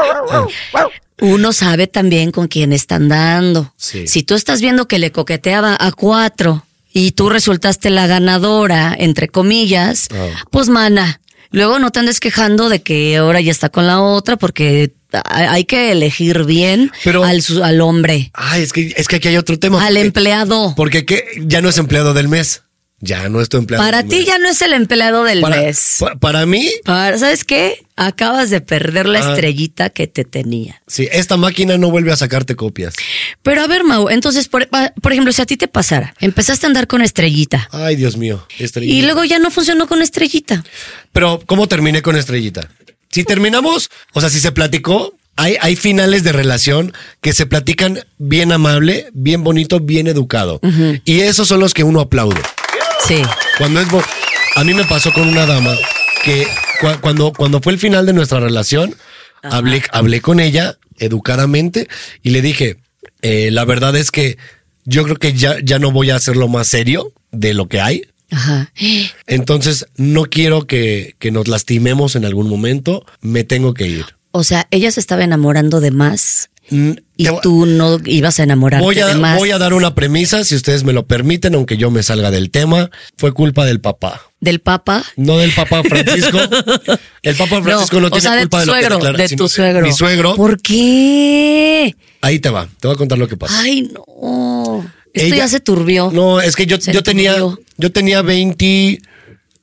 [SPEAKER 5] Uno sabe también con quién está andando.
[SPEAKER 2] Sí.
[SPEAKER 5] Si tú estás viendo que le coqueteaba a cuatro y tú resultaste la ganadora, entre comillas,
[SPEAKER 2] Ah.
[SPEAKER 5] pues mana, luego no te andes quejando de que ahora ya está con la otra porque hay hay que elegir bien
[SPEAKER 2] Pero-
[SPEAKER 5] al, su- al hombre,
[SPEAKER 2] Ay, es que, es que aquí hay otro tema.
[SPEAKER 5] al
[SPEAKER 2] Porque-
[SPEAKER 5] empleado.
[SPEAKER 2] Porque ¿qué? ya no es empleado del mes. Ya no es tu empleado.
[SPEAKER 5] Para
[SPEAKER 2] del
[SPEAKER 5] ti
[SPEAKER 2] mes.
[SPEAKER 5] ya no es el empleado del
[SPEAKER 2] Para-
[SPEAKER 5] mes.
[SPEAKER 2] pa- para mí,
[SPEAKER 5] Para- ¿Sabes qué? Acabas de perder la
[SPEAKER 2] Ah.
[SPEAKER 5] estrellita que te tenía.
[SPEAKER 2] sí, esta máquina no vuelve a sacarte copias.
[SPEAKER 5] Pero a ver, Mau, entonces, por, pa- por ejemplo, si a ti te pasara, empezaste a andar con estrellita
[SPEAKER 2] Ay, Dios mío. estrellita.
[SPEAKER 5] y luego ya no funcionó con estrellita.
[SPEAKER 2] Pero, ¿cómo terminé con Estrellita? Si terminamos, o sea, si se platicó, hay, hay finales de relación que se platican bien amable, bien bonito, bien educado. Y esos son los que uno aplaude.
[SPEAKER 5] Sí.
[SPEAKER 2] Cuando es. bo- A mí me pasó con una dama que cua- cuando, cuando fue el final de nuestra relación, hablé, hablé con ella educadamente y le dije: eh, La verdad es que yo creo que ya, ya no voy a hacerlo más serio de lo que hay.
[SPEAKER 5] Ajá.
[SPEAKER 2] Entonces, no quiero que, que nos lastimemos en algún momento. Me tengo que ir.
[SPEAKER 5] O sea, ella se estaba enamorando de más
[SPEAKER 2] Mm,
[SPEAKER 5] y
[SPEAKER 2] te vo-
[SPEAKER 5] tú no ibas a enamorarte
[SPEAKER 2] Voy
[SPEAKER 5] de
[SPEAKER 2] a,
[SPEAKER 5] más.
[SPEAKER 2] voy a dar una premisa, si ustedes me lo permiten, aunque yo me salga del tema. Fue culpa del papá.
[SPEAKER 5] Del papa.
[SPEAKER 2] No del papá
[SPEAKER 5] [LAUGHS]
[SPEAKER 2] Francisco. El papá Francisco no,
[SPEAKER 5] o
[SPEAKER 2] tiene
[SPEAKER 5] sea, de
[SPEAKER 2] culpa
[SPEAKER 5] tu
[SPEAKER 2] de lo que
[SPEAKER 5] suegro.
[SPEAKER 2] declara,
[SPEAKER 5] de
[SPEAKER 2] sino
[SPEAKER 5] tu suegro.
[SPEAKER 2] Mi suegro.
[SPEAKER 5] ¿Por qué?
[SPEAKER 2] Ahí te va. Te voy a contar lo que pasa.
[SPEAKER 5] Ay, no. Esto
[SPEAKER 2] Ella-
[SPEAKER 5] ya se turbió.
[SPEAKER 2] No, es que yo,
[SPEAKER 5] Se
[SPEAKER 2] yo tenía,
[SPEAKER 5] enturbió.
[SPEAKER 2] yo tenía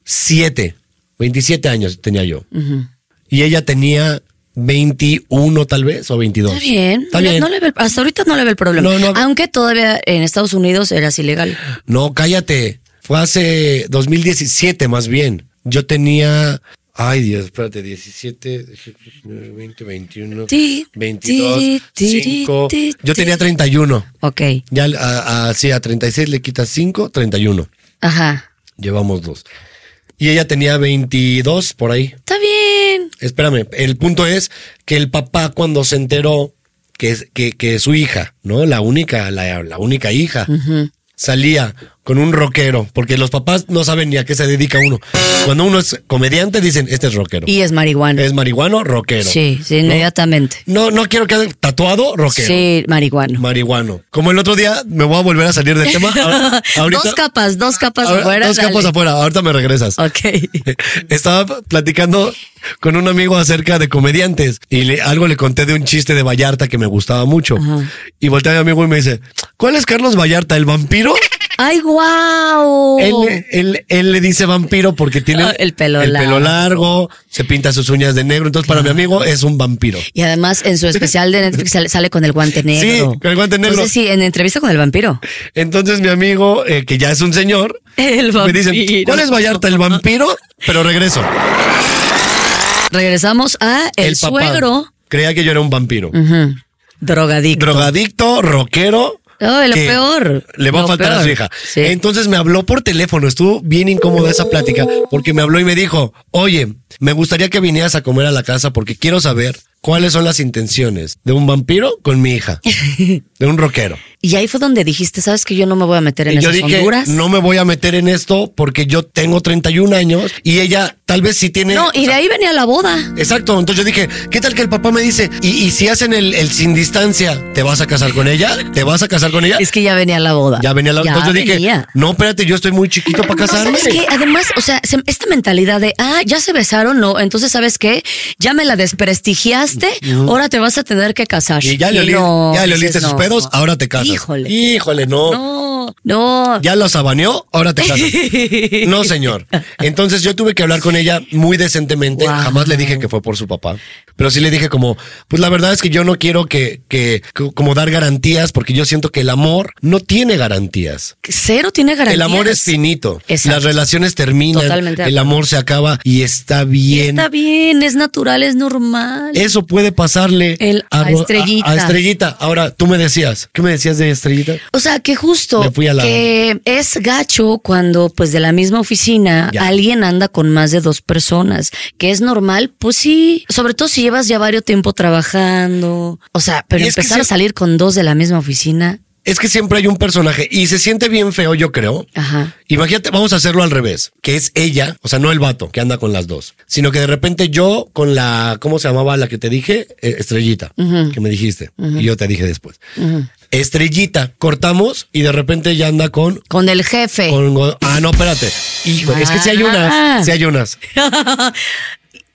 [SPEAKER 2] 27, 27 años tenía yo. Y ella tenía 21 tal vez o 22.
[SPEAKER 5] Está bien.
[SPEAKER 2] Está
[SPEAKER 5] No-
[SPEAKER 2] bien.
[SPEAKER 5] no le ve el- hasta ahorita no le ve el problema.
[SPEAKER 2] No, no.
[SPEAKER 5] Aunque todavía en Estados Unidos eras ilegal.
[SPEAKER 2] No, cállate. Fue hace 2017 más bien. Yo tenía... Ay, Dios, espérate, 17, 20, 21,
[SPEAKER 5] Ti,
[SPEAKER 2] 22,
[SPEAKER 5] ti, ti,
[SPEAKER 2] 5.
[SPEAKER 5] ti,
[SPEAKER 2] Yo
[SPEAKER 5] ti.
[SPEAKER 2] tenía 31.
[SPEAKER 5] Ok.
[SPEAKER 2] Ya a, a- sí, a 36 le quitas 5, 31.
[SPEAKER 5] Ajá.
[SPEAKER 2] Llevamos dos. Y ella tenía 22 por ahí.
[SPEAKER 5] Está bien.
[SPEAKER 2] Espérame, el punto es que el papá cuando se enteró que, es- que, que su hija, ¿no? La única, la, la única hija, salía con un rockero, porque los papás no saben ni a qué se dedica uno. Cuando uno es comediante dicen, este es rockero.
[SPEAKER 5] Y es marihuana.
[SPEAKER 2] Es marihuano, rockero.
[SPEAKER 5] sí, sí, inmediatamente.
[SPEAKER 2] No, no quiero quedar tatuado, rockero.
[SPEAKER 5] Sí, marihuana.
[SPEAKER 2] Marihuano. Como el otro día, me voy a volver a salir del
[SPEAKER 5] [LAUGHS]
[SPEAKER 2] tema. Ahor- ahorita-
[SPEAKER 5] dos capas, dos capas
[SPEAKER 2] ahor-
[SPEAKER 5] afuera.
[SPEAKER 2] Dos capas
[SPEAKER 5] dale.
[SPEAKER 2] afuera, ahorita me regresas.
[SPEAKER 5] Ok.
[SPEAKER 2] [LAUGHS] Estaba platicando con un amigo acerca de comediantes y le- algo le conté de un chiste de Vallarta que me gustaba mucho. Y voltea mi amigo y me dice, ¿cuál es Carlos Vallarta, el vampiro?
[SPEAKER 5] Ay, guau.
[SPEAKER 2] Él, él- él le dice vampiro porque tiene
[SPEAKER 5] Ah, Oh. [LAUGHS] el pelo
[SPEAKER 2] el
[SPEAKER 5] largo.
[SPEAKER 2] pelo largo, se pinta sus uñas de negro. Entonces, para mi amigo es un vampiro.
[SPEAKER 5] Y además
[SPEAKER 2] [LAUGHS]
[SPEAKER 5] en su especial de Netflix sale, sale con el guante negro.
[SPEAKER 2] Sí, con el guante negro.
[SPEAKER 5] Entonces sí, en entrevista con el vampiro. [LAUGHS]
[SPEAKER 2] Entonces, mi amigo, eh, que ya es un señor,
[SPEAKER 5] El
[SPEAKER 2] me
[SPEAKER 5] vampiro.
[SPEAKER 2] dice, ¿cuál es Vallarta, el vampiro? Pero regreso.
[SPEAKER 5] Regresamos a el,
[SPEAKER 2] papá
[SPEAKER 5] suegro
[SPEAKER 2] Creía que yo era un vampiro.
[SPEAKER 5] Ujú. drogadicto.
[SPEAKER 2] drogadicto, rockero,
[SPEAKER 5] Ay, lo
[SPEAKER 2] que
[SPEAKER 5] peor.
[SPEAKER 2] Le va
[SPEAKER 5] Lo
[SPEAKER 2] a faltar a
[SPEAKER 5] peor.
[SPEAKER 2] su hija.
[SPEAKER 5] Sí.
[SPEAKER 2] Entonces me habló por teléfono. Estuvo bien incómoda esa plática porque me habló y me dijo, oye, me gustaría que vinieras a comer a la casa porque quiero saber cuáles son las intenciones de un vampiro con mi
[SPEAKER 5] [LAUGHS]
[SPEAKER 2] hija, de un rockero.
[SPEAKER 5] Y ahí fue donde dijiste, ¿sabes que yo no me voy a meter en
[SPEAKER 2] Y yo
[SPEAKER 5] esas
[SPEAKER 2] dije,
[SPEAKER 5] honduras?
[SPEAKER 2] no me voy a meter en esto porque yo tengo 31 años y ella tal vez sí tiene...
[SPEAKER 5] No, y de ahí venía la boda.
[SPEAKER 2] Exacto, entonces yo dije, ¿qué tal que el papá me dice, y, y si hacen el, el sin distancia, ¿te vas a casar con ella? ¿Te vas a casar con ella?
[SPEAKER 5] Es que ya venía la boda.
[SPEAKER 2] Ya venía la...
[SPEAKER 5] Ya
[SPEAKER 2] entonces yo dije,
[SPEAKER 5] venía. pues,
[SPEAKER 2] no, espérate, yo estoy muy chiquito para casarme.
[SPEAKER 5] Es que además, o sea, se- esta mentalidad de, ah, ya se besaron, no, entonces sabes qué, ya me la desprestigiaste, ahora te vas a tener que casar.
[SPEAKER 2] Y ya le, olí-
[SPEAKER 5] no,
[SPEAKER 2] ya le
[SPEAKER 5] dices,
[SPEAKER 2] oliste sus
[SPEAKER 5] no,
[SPEAKER 2] pedos,
[SPEAKER 5] no.
[SPEAKER 2] ahora te casas.
[SPEAKER 5] Híjole.
[SPEAKER 2] Híjole, no.
[SPEAKER 5] No, no.
[SPEAKER 2] Ya los abaneó, ahora te
[SPEAKER 5] [LAUGHS]
[SPEAKER 2] casas. No, señor. Entonces yo tuve que hablar con ella muy decentemente.
[SPEAKER 5] Wow.
[SPEAKER 2] Jamás le dije que fue por su papá. Pero sí le dije como, pues la verdad es que yo no quiero que, que, que- como dar garantías porque yo siento que el amor no tiene garantías.
[SPEAKER 5] Cero tiene garantía.
[SPEAKER 2] El amor es finito.
[SPEAKER 5] Exacto.
[SPEAKER 2] Las relaciones terminan.
[SPEAKER 5] Totalmente de
[SPEAKER 2] El amor se acaba y está bien.
[SPEAKER 5] Está bien, es natural, es normal.
[SPEAKER 2] Eso puede pasarle
[SPEAKER 5] El- a
[SPEAKER 2] Ro-
[SPEAKER 5] Estrellita.
[SPEAKER 2] a Estrellita. Ahora, tú me decías, ¿qué me decías de Estrellita?
[SPEAKER 5] O sea, que justo
[SPEAKER 2] Me fui a la-
[SPEAKER 5] que es gacho cuando pues de la misma oficina
[SPEAKER 2] Ya.
[SPEAKER 5] alguien anda con más de dos personas, que es normal, pues sí, sobre todo si llevas ya varios tiempo trabajando, o sea, pero
[SPEAKER 2] Y es que
[SPEAKER 5] empezar a
[SPEAKER 2] sí-
[SPEAKER 5] salir con dos de la misma oficina,
[SPEAKER 2] Es que siempre hay un personaje y se siente bien feo, yo creo.
[SPEAKER 5] ajá.
[SPEAKER 2] Imagínate, vamos a hacerlo al revés, que es ella, o sea, no el vato que anda con las dos, sino que de repente yo con la, ¿cómo se llamaba la que te dije? Eh, Estrellita, que me dijiste, y yo te dije después. Estrellita, cortamos y de repente ella anda con...
[SPEAKER 5] Con el jefe.
[SPEAKER 2] con go- ah, no, espérate. Hijo, es que si hay
[SPEAKER 5] Ah.
[SPEAKER 2] unas, si hay
[SPEAKER 5] [LAUGHS]
[SPEAKER 2] unas.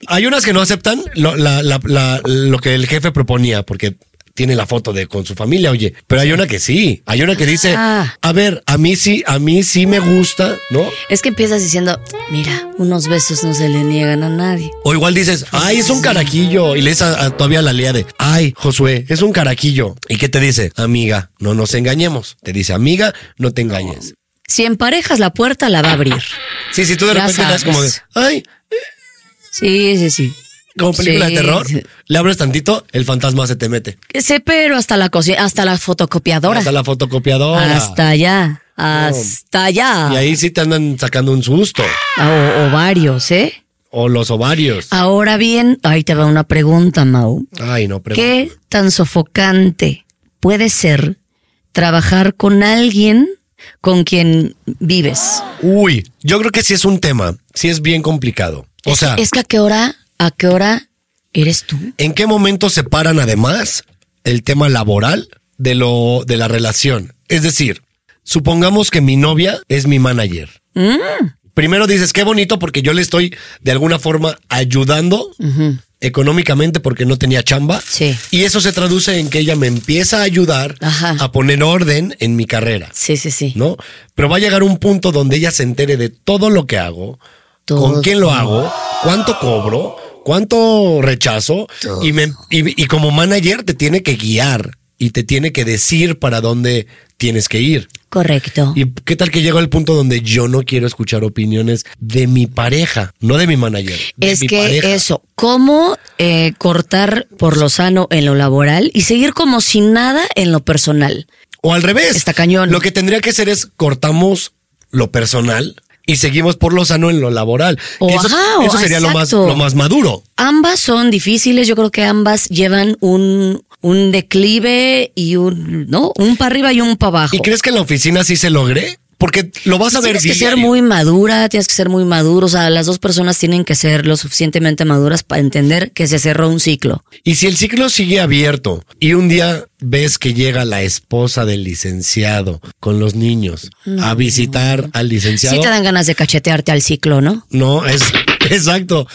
[SPEAKER 2] Hay unas que no aceptan lo, la- la- la- lo que el jefe proponía, porque tiene la foto de con su familia, oye. Pero hay una que sí. Hay una que dice,
[SPEAKER 5] Ah.
[SPEAKER 2] a ver, a mí sí, a mí sí me gusta, ¿no?
[SPEAKER 5] Es que empiezas diciendo, mira, unos besos no se le niegan a nadie.
[SPEAKER 2] O igual dices, ay, es un caraquillo. Y lees a- a- todavía a la lea de, ay, Josué, es un caraquillo. ¿Y qué te dice? Amiga, no nos engañemos. Te dice, amiga, no te engañes.
[SPEAKER 5] Si emparejas la puerta, la va a abrir.
[SPEAKER 2] Sí, sí, tú de
[SPEAKER 5] Oh. Ya
[SPEAKER 2] repente das como de,
[SPEAKER 5] sabes.
[SPEAKER 2] ay,
[SPEAKER 5] Sí, sí, sí.
[SPEAKER 2] como película
[SPEAKER 5] Sí,
[SPEAKER 2] de terror,
[SPEAKER 5] sí.
[SPEAKER 2] le abres tantito, el fantasma se te mete.
[SPEAKER 5] Que sé, pero hasta la cocina, hasta la fotocopiadora.
[SPEAKER 2] Hasta la fotocopiadora.
[SPEAKER 5] Hasta allá. Hasta allá.
[SPEAKER 2] Ah.
[SPEAKER 5] Ah,
[SPEAKER 2] Y ahí sí te andan sacando un susto.
[SPEAKER 5] O, o varios, ¿eh?
[SPEAKER 2] O los ovarios.
[SPEAKER 5] Ahora bien, ahí te va una pregunta, Mau.
[SPEAKER 2] Ay, no, pero.
[SPEAKER 5] ¿Qué tan sofocante puede ser trabajar con alguien con quien vives?
[SPEAKER 2] Uy, yo creo que sí es un tema. Sí es bien complicado. O sea,
[SPEAKER 5] Es que a qué hora, a qué hora eres tú.
[SPEAKER 2] ¿en qué momento separan además el tema laboral de lo de la relación? Es decir, supongamos que mi novia es mi manager.
[SPEAKER 5] Mm.
[SPEAKER 2] Primero dices, qué bonito porque yo le estoy de alguna forma ayudando económicamente porque no tenía chamba.
[SPEAKER 5] Sí.
[SPEAKER 2] Y eso se traduce en que ella me empieza a ayudar
[SPEAKER 5] Ajá.
[SPEAKER 2] a poner orden en mi carrera.
[SPEAKER 5] Sí, sí, sí.
[SPEAKER 2] ¿no? Pero va a llegar un punto donde ella se entere de todo lo que hago,
[SPEAKER 5] Todo.
[SPEAKER 2] con quién lo hago, cuánto cobro, cuánto rechazo, y, me, y- y como manager te tiene que guiar y te tiene que decir para dónde tienes que ir.
[SPEAKER 5] Correcto.
[SPEAKER 2] ¿Y qué tal que llega al punto donde yo no quiero escuchar opiniones de mi pareja, no de mi manager? de
[SPEAKER 5] Es
[SPEAKER 2] mi
[SPEAKER 5] que
[SPEAKER 2] pareja?
[SPEAKER 5] eso, ¿cómo eh, cortar por lo sano en lo laboral y seguir como si nada en lo personal?
[SPEAKER 2] O al revés.
[SPEAKER 5] Está cañón.
[SPEAKER 2] Lo que tendría que hacer es cortamos lo personal y seguimos por lo sano en lo laboral.
[SPEAKER 5] O
[SPEAKER 2] eso
[SPEAKER 5] ajá, o
[SPEAKER 2] eso sería lo más,
[SPEAKER 5] exacto.
[SPEAKER 2] lo más maduro.
[SPEAKER 5] Ambas son difíciles, yo creo que ambas llevan un, un declive y un, ¿no? Un para arriba y un para abajo.
[SPEAKER 2] ¿Y crees que en la oficina sí se logre? Porque lo vas a ver
[SPEAKER 5] Tienes que ser
[SPEAKER 2] diario.
[SPEAKER 5] muy madura, tienes que ser muy maduro, o sea, las dos personas tienen que ser lo suficientemente maduras para entender que se cerró un ciclo.
[SPEAKER 2] Y si el ciclo sigue abierto y un día ves que llega la esposa del licenciado con los niños a visitar al licenciado.
[SPEAKER 5] Sí te dan ganas de cachetearte al ciclo, ¿no?
[SPEAKER 2] No, es [LAUGHS] exacto.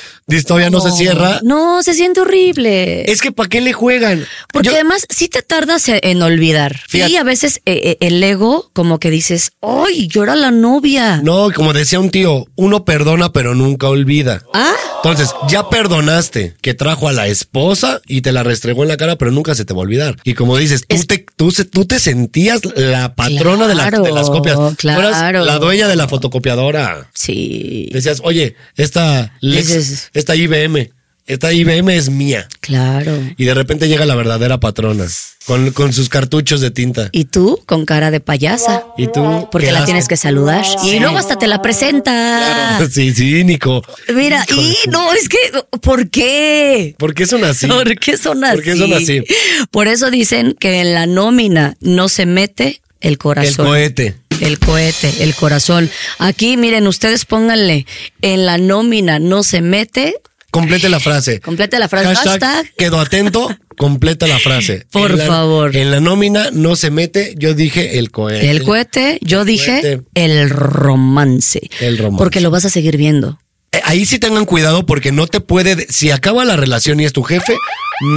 [SPEAKER 2] Todavía no, se cierra.
[SPEAKER 5] No, se siente horrible.
[SPEAKER 2] Es que ¿para qué le juegan?
[SPEAKER 5] Porque
[SPEAKER 2] Yo-
[SPEAKER 5] además sí te tardas e- en olvidar.
[SPEAKER 2] Fíjate.
[SPEAKER 5] Y a veces eh, eh, el ego como que dices, ¡ay, yo era la novia!
[SPEAKER 2] no, como decía un tío, uno perdona pero nunca olvida.
[SPEAKER 5] Ah,
[SPEAKER 2] Entonces, ya perdonaste que trajo a la esposa y te la restregó en la cara, pero nunca se te va a olvidar. Y como dices, tú,
[SPEAKER 5] Es-
[SPEAKER 2] te, tú, se- tú te sentías la patrona de, la- de
[SPEAKER 5] Claro,
[SPEAKER 2] las copias. Tú eras
[SPEAKER 5] claro.
[SPEAKER 2] la dueña de la fotocopiadora.
[SPEAKER 5] sí.
[SPEAKER 2] Decías, oye, esta, Lex-
[SPEAKER 5] Dices-
[SPEAKER 2] esta IBM Esta IBM es mía.
[SPEAKER 5] Claro.
[SPEAKER 2] Y de repente llega la verdadera patrona con, con sus cartuchos de tinta.
[SPEAKER 5] Y tú con cara de payasa.
[SPEAKER 2] ¿Y tú?
[SPEAKER 5] Porque
[SPEAKER 2] ¿Qué
[SPEAKER 5] la
[SPEAKER 2] haces?
[SPEAKER 5] tienes que saludar. Y luego hasta te la presenta.
[SPEAKER 2] [LAUGHS] Sí, sí, Nico.
[SPEAKER 5] Mira, y no, es que, ¿por qué?
[SPEAKER 2] ¿Por qué son así?
[SPEAKER 5] ¿Por qué son así?
[SPEAKER 2] ¿Por qué son así?
[SPEAKER 5] Por eso dicen que en la nómina no se mete el
[SPEAKER 2] El
[SPEAKER 5] corazón.
[SPEAKER 2] cohete.
[SPEAKER 5] El cohete, el corazón. Aquí, miren, ustedes pónganle, en la nómina no se mete.
[SPEAKER 2] Complete la frase.
[SPEAKER 5] Completa la frase.
[SPEAKER 2] Hashtag,
[SPEAKER 5] Hashtag.
[SPEAKER 2] quedo atento, completa la frase.
[SPEAKER 5] [LAUGHS] Por
[SPEAKER 2] En la-
[SPEAKER 5] favor.
[SPEAKER 2] En la nómina no se mete, yo dije el cohete.
[SPEAKER 5] El cohete, yo dije
[SPEAKER 2] cohete.
[SPEAKER 5] el romance.
[SPEAKER 2] El romance.
[SPEAKER 5] Porque lo vas a seguir viendo.
[SPEAKER 2] Eh, Ahí sí tengan cuidado porque no te puede, de- si acaba la relación y es tu jefe,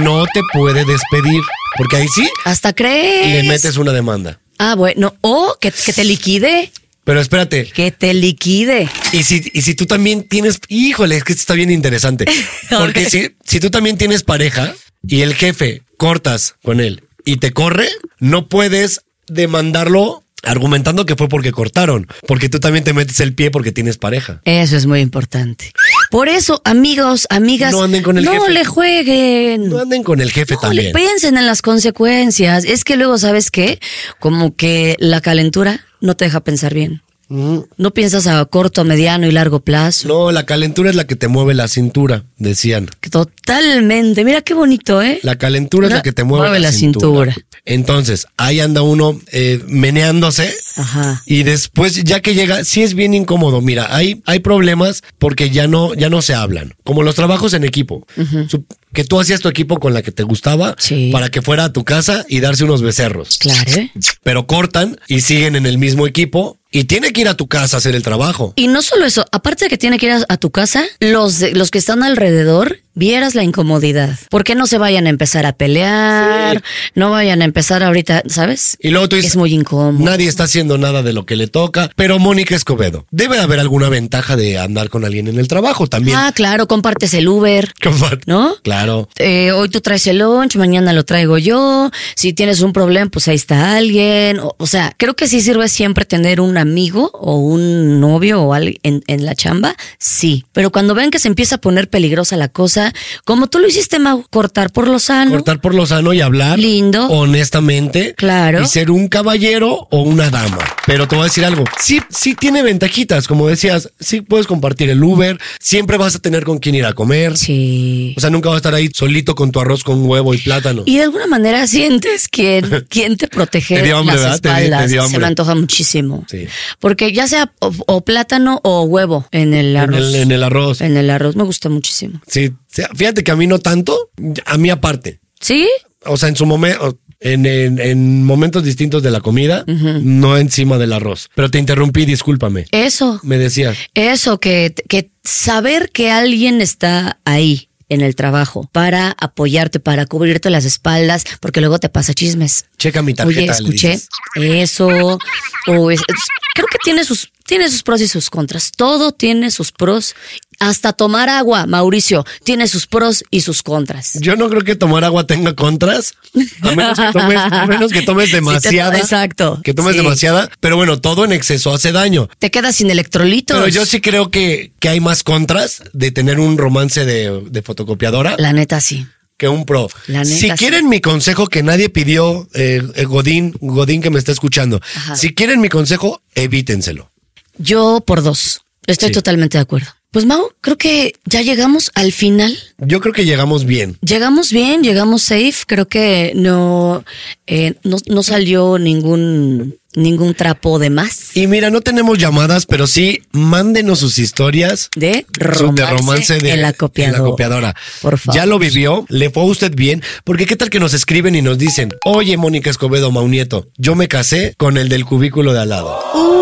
[SPEAKER 2] no te puede despedir. Porque ahí sí
[SPEAKER 5] Hasta crees.
[SPEAKER 2] le metes una demanda.
[SPEAKER 5] Ah, bueno. O que, que te liquide.
[SPEAKER 2] Pero espérate,
[SPEAKER 5] Que te liquide.
[SPEAKER 2] y si, y si tú también tienes, híjole, es que esto está bien interesante. Porque
[SPEAKER 5] Ok.
[SPEAKER 2] si, si tú también tienes pareja y el jefe cortas con él y te corre, no puedes demandarlo argumentando que fue porque cortaron, porque tú también te metes el pie porque tienes pareja.
[SPEAKER 5] Eso es muy importante. Por eso, amigos, amigas,
[SPEAKER 2] No anden con el
[SPEAKER 5] no
[SPEAKER 2] jefe.
[SPEAKER 5] le jueguen.
[SPEAKER 2] No anden con el jefe
[SPEAKER 5] No le
[SPEAKER 2] también.
[SPEAKER 5] piensen en las consecuencias. Es que luego, ¿sabes qué? Como que la calentura no te deja pensar bien.
[SPEAKER 2] Mm.
[SPEAKER 5] No piensas a corto, a mediano y largo plazo.
[SPEAKER 2] No, la calentura es la que te mueve la cintura, decían.
[SPEAKER 5] Totalmente. Mira qué bonito, ¿eh?
[SPEAKER 2] La calentura es la que te mueve, la, cintura. Entonces, ahí anda uno eh, meneándose.
[SPEAKER 5] Ajá.
[SPEAKER 2] Y después, ya que llega, sí es bien incómodo. Mira, hay, hay problemas porque ya no, ya no se hablan. Como los trabajos en equipo. Sup- Que tú hacías tu equipo con la que te gustaba
[SPEAKER 5] Sí.
[SPEAKER 2] para que fuera a tu casa y darse unos becerros.
[SPEAKER 5] Claro, ¿eh?
[SPEAKER 2] Pero cortan y siguen en el mismo equipo y tiene que ir a tu casa a hacer el trabajo.
[SPEAKER 5] Y no solo eso, aparte de que tiene que ir a, a tu casa, los, de- los que están alrededor, vieras la incomodidad. Porque no se vayan a empezar a pelear, no vayan a empezar ahorita, ¿sabes?
[SPEAKER 2] Y luego tú dices,
[SPEAKER 5] es muy incómodo.
[SPEAKER 2] Nadie está haciendo nada de lo que le toca, pero Mónica Escobedo, debe de haber alguna ventaja de andar con alguien en el trabajo también. [LAUGHS]
[SPEAKER 5] Ah, claro, compartes el Uber,
[SPEAKER 2] Compadre.
[SPEAKER 5] ¿no?
[SPEAKER 2] Claro.
[SPEAKER 5] Eh, hoy tú traes el lunch, mañana lo traigo yo. Si tienes un problema, pues ahí está alguien. O, o sea, creo que sí sirve siempre tener un amigo o un novio o alguien en, en la chamba. Sí. Pero cuando vean que se empieza a poner peligrosa la cosa, como tú lo hiciste, Mau, cortar por lo sano.
[SPEAKER 2] Cortar por lo sano y hablar.
[SPEAKER 5] Lindo.
[SPEAKER 2] Honestamente.
[SPEAKER 5] Claro.
[SPEAKER 2] Y ser un caballero o una dama. Pero te voy a decir algo. Sí, sí tiene ventajitas. Como decías, sí puedes compartir el Uber. Siempre vas a tener con quién ir a comer.
[SPEAKER 5] Sí.
[SPEAKER 2] O sea, nunca vas a estar ahí solito con tu arroz con huevo y plátano.
[SPEAKER 5] Y de alguna manera [LAUGHS] sientes quién, quién te protege
[SPEAKER 2] Te dio hambre, ¿verdad?
[SPEAKER 5] las
[SPEAKER 2] Te di- te
[SPEAKER 5] espaldas.
[SPEAKER 2] dio
[SPEAKER 5] Se
[SPEAKER 2] hambre.
[SPEAKER 5] me antoja muchísimo.
[SPEAKER 2] Sí.
[SPEAKER 5] Porque ya sea o, o plátano o huevo en el
[SPEAKER 2] en,
[SPEAKER 5] arroz. Eh.
[SPEAKER 2] el, en el arroz.
[SPEAKER 5] En el arroz me gusta muchísimo.
[SPEAKER 2] Sí. O sea, Fíjate que a mí no tanto. A mí aparte.
[SPEAKER 5] ¿Sí?
[SPEAKER 2] o sea, en su momento, en, en- en momentos distintos de la comida, no encima del arroz. Pero te interrumpí,
[SPEAKER 5] Eh.
[SPEAKER 2] discúlpame.
[SPEAKER 5] Eso.
[SPEAKER 2] Me decías,
[SPEAKER 5] Eso, que, que saber que alguien está ahí en el trabajo para apoyarte, para cubrirte las espaldas, porque luego te pasa chismes.
[SPEAKER 2] checa mi tarjeta.
[SPEAKER 5] Oye,
[SPEAKER 2] le
[SPEAKER 5] escuché
[SPEAKER 2] dices.
[SPEAKER 5] eso. O es- es- creo que tiene sus, tiene sus pros y sus contras. Todo tiene sus pros. Hasta tomar agua, Mauricio, tiene sus pros y sus contras.
[SPEAKER 2] Yo no creo que tomar agua tenga contras, a menos que
[SPEAKER 5] [LAUGHS]
[SPEAKER 2] tomes, a menos que tomes
[SPEAKER 5] Si te to-
[SPEAKER 2] demasiada.
[SPEAKER 5] exacto,
[SPEAKER 2] Que tomes
[SPEAKER 5] sí.
[SPEAKER 2] demasiada, pero bueno, todo en exceso hace daño.
[SPEAKER 5] Te quedas sin electrolitos.
[SPEAKER 2] Pero yo sí creo que, que hay más contras de tener un romance de, de fotocopiadora
[SPEAKER 5] La neta, sí.
[SPEAKER 2] que un pro.
[SPEAKER 5] La neta,
[SPEAKER 2] si
[SPEAKER 5] sí.
[SPEAKER 2] quieren mi consejo que nadie pidió, eh, eh, Godín, Godín que me está escuchando,
[SPEAKER 5] Ajá.
[SPEAKER 2] si quieren mi consejo, evítenselo.
[SPEAKER 5] Yo por dos. Estoy
[SPEAKER 2] Sí.
[SPEAKER 5] totalmente de acuerdo. Pues Mau, creo que ya llegamos al final
[SPEAKER 2] Yo creo que llegamos bien.
[SPEAKER 5] Llegamos bien, llegamos safe. Creo que no, eh, no, no salió ningún, ningún trapo de más
[SPEAKER 2] Y mira, no tenemos llamadas, pero sí, mándenos sus historias
[SPEAKER 5] de
[SPEAKER 2] su-
[SPEAKER 5] romance, en la copiadora.
[SPEAKER 2] en la copiadora.
[SPEAKER 5] Por favor.
[SPEAKER 2] Ya lo vivió, le fue a usted bien, porque qué tal que nos escriben y nos dicen, oye, Mónica Escobedo, Maunieto, yo me casé con el del cubículo de al lado.
[SPEAKER 5] Uh.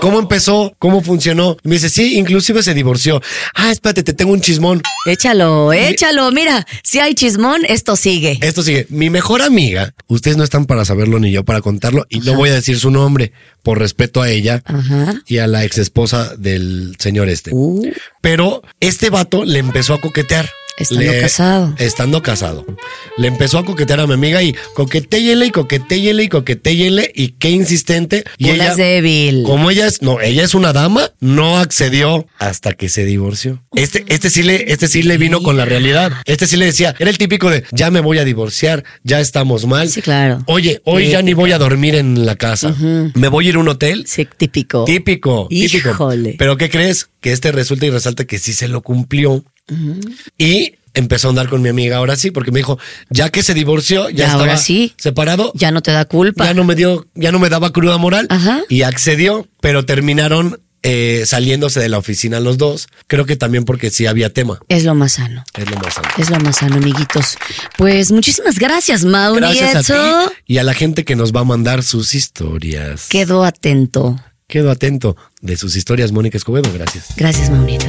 [SPEAKER 2] ¿Cómo empezó? ¿Cómo funcionó? Y me dice, sí, inclusive se divorció. Ah, espérate, te tengo un chismón.
[SPEAKER 5] Échalo, échalo. Mira, si hay chismón, esto sigue.
[SPEAKER 2] Esto sigue. Mi mejor amiga, ustedes no están para saberlo ni yo para contarlo, y no voy a decir su nombre por respeto a ella
[SPEAKER 5] Ah. Ajá.
[SPEAKER 2] y a la ex esposa del señor este.
[SPEAKER 5] Uh,
[SPEAKER 2] Pero este vato le empezó a coquetear.
[SPEAKER 5] Estando
[SPEAKER 2] le-
[SPEAKER 5] casado.
[SPEAKER 2] Estando casado. Le empezó a coquetear a mi amiga y coquetéyele y coquetéyele y coquetéyele y qué insistente. Y
[SPEAKER 5] Bolas
[SPEAKER 2] ella,
[SPEAKER 5] débil.
[SPEAKER 2] como ella es, no, ella es una dama, no accedió hasta que se divorció. Este, este sí le, este sí le vino con la realidad. Este sí le decía, era el típico de ya me voy a divorciar, ya estamos mal.
[SPEAKER 5] Sí, claro.
[SPEAKER 2] Oye, hoy ya ni voy a dormir en la casa. Me voy a ir a un hotel.
[SPEAKER 5] Sí, típico.
[SPEAKER 2] Típico, típico.
[SPEAKER 5] Híjole.
[SPEAKER 2] Pero ¿qué crees? Que este resulta y resalta que sí se lo cumplió. Y empezó a andar con mi amiga ahora sí, porque me dijo, ya que se divorció, ya
[SPEAKER 5] Ya
[SPEAKER 2] estaba
[SPEAKER 5] ahora sí.
[SPEAKER 2] separado.
[SPEAKER 5] ya no te da culpa.
[SPEAKER 2] Ya no me dio, ya no me daba cruda moral.
[SPEAKER 5] Ajá.
[SPEAKER 2] Y accedió, pero terminaron eh, saliéndose de la oficina los dos. Creo que también porque sí había tema.
[SPEAKER 5] Es lo más sano.
[SPEAKER 2] Es lo más sano.
[SPEAKER 5] Es lo más sano, amiguitos. Pues muchísimas gracias,
[SPEAKER 2] Gracias a
[SPEAKER 5] Mauricio.
[SPEAKER 2] ti y a la gente que nos va a mandar sus historias.
[SPEAKER 5] Quedo atento.
[SPEAKER 2] Quedo atento de sus historias, Mónica Escobedo. Gracias.
[SPEAKER 5] Gracias, Maurito.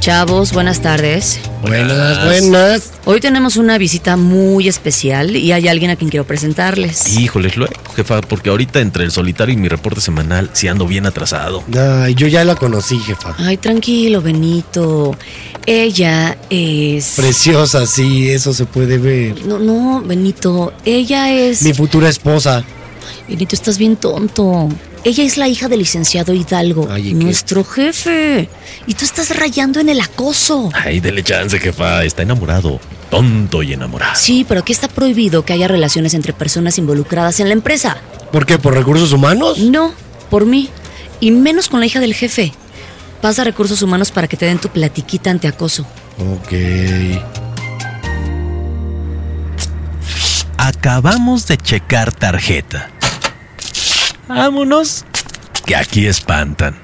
[SPEAKER 5] Chavos, buenas tardes.
[SPEAKER 2] Buenas, buenas.
[SPEAKER 5] Hoy tenemos una visita muy especial y hay alguien a quien quiero presentarles.
[SPEAKER 1] Híjoles, luego, jefa, porque ahorita entre el solitario y mi reporte semanal, sí ando bien atrasado.
[SPEAKER 2] Ay, yo ya la conocí, jefa.
[SPEAKER 5] Ay, tranquilo, Benito. Ella es...
[SPEAKER 2] Preciosa, sí, eso se puede ver.
[SPEAKER 5] no, no, Benito. Ella es...
[SPEAKER 2] Mi futura esposa.
[SPEAKER 5] Benito, estás bien tonto. Ella es la hija del licenciado Hidalgo,
[SPEAKER 2] Ay, ¿y qué?
[SPEAKER 5] nuestro jefe. Y tú estás rayando en el acoso.
[SPEAKER 1] Ay, dele chance, jefa, está enamorado. Tonto y enamorado.
[SPEAKER 5] Sí, pero aquí está prohibido que haya relaciones entre personas involucradas en la empresa.
[SPEAKER 2] ¿Por qué? ¿Por recursos humanos?
[SPEAKER 5] No, por mí. Y menos con la hija del jefe. Pasa a recursos humanos para que te den tu platiquita ante acoso.
[SPEAKER 2] Ok.
[SPEAKER 1] Acabamos de checar tarjeta. Vámonos. Que aquí espantan.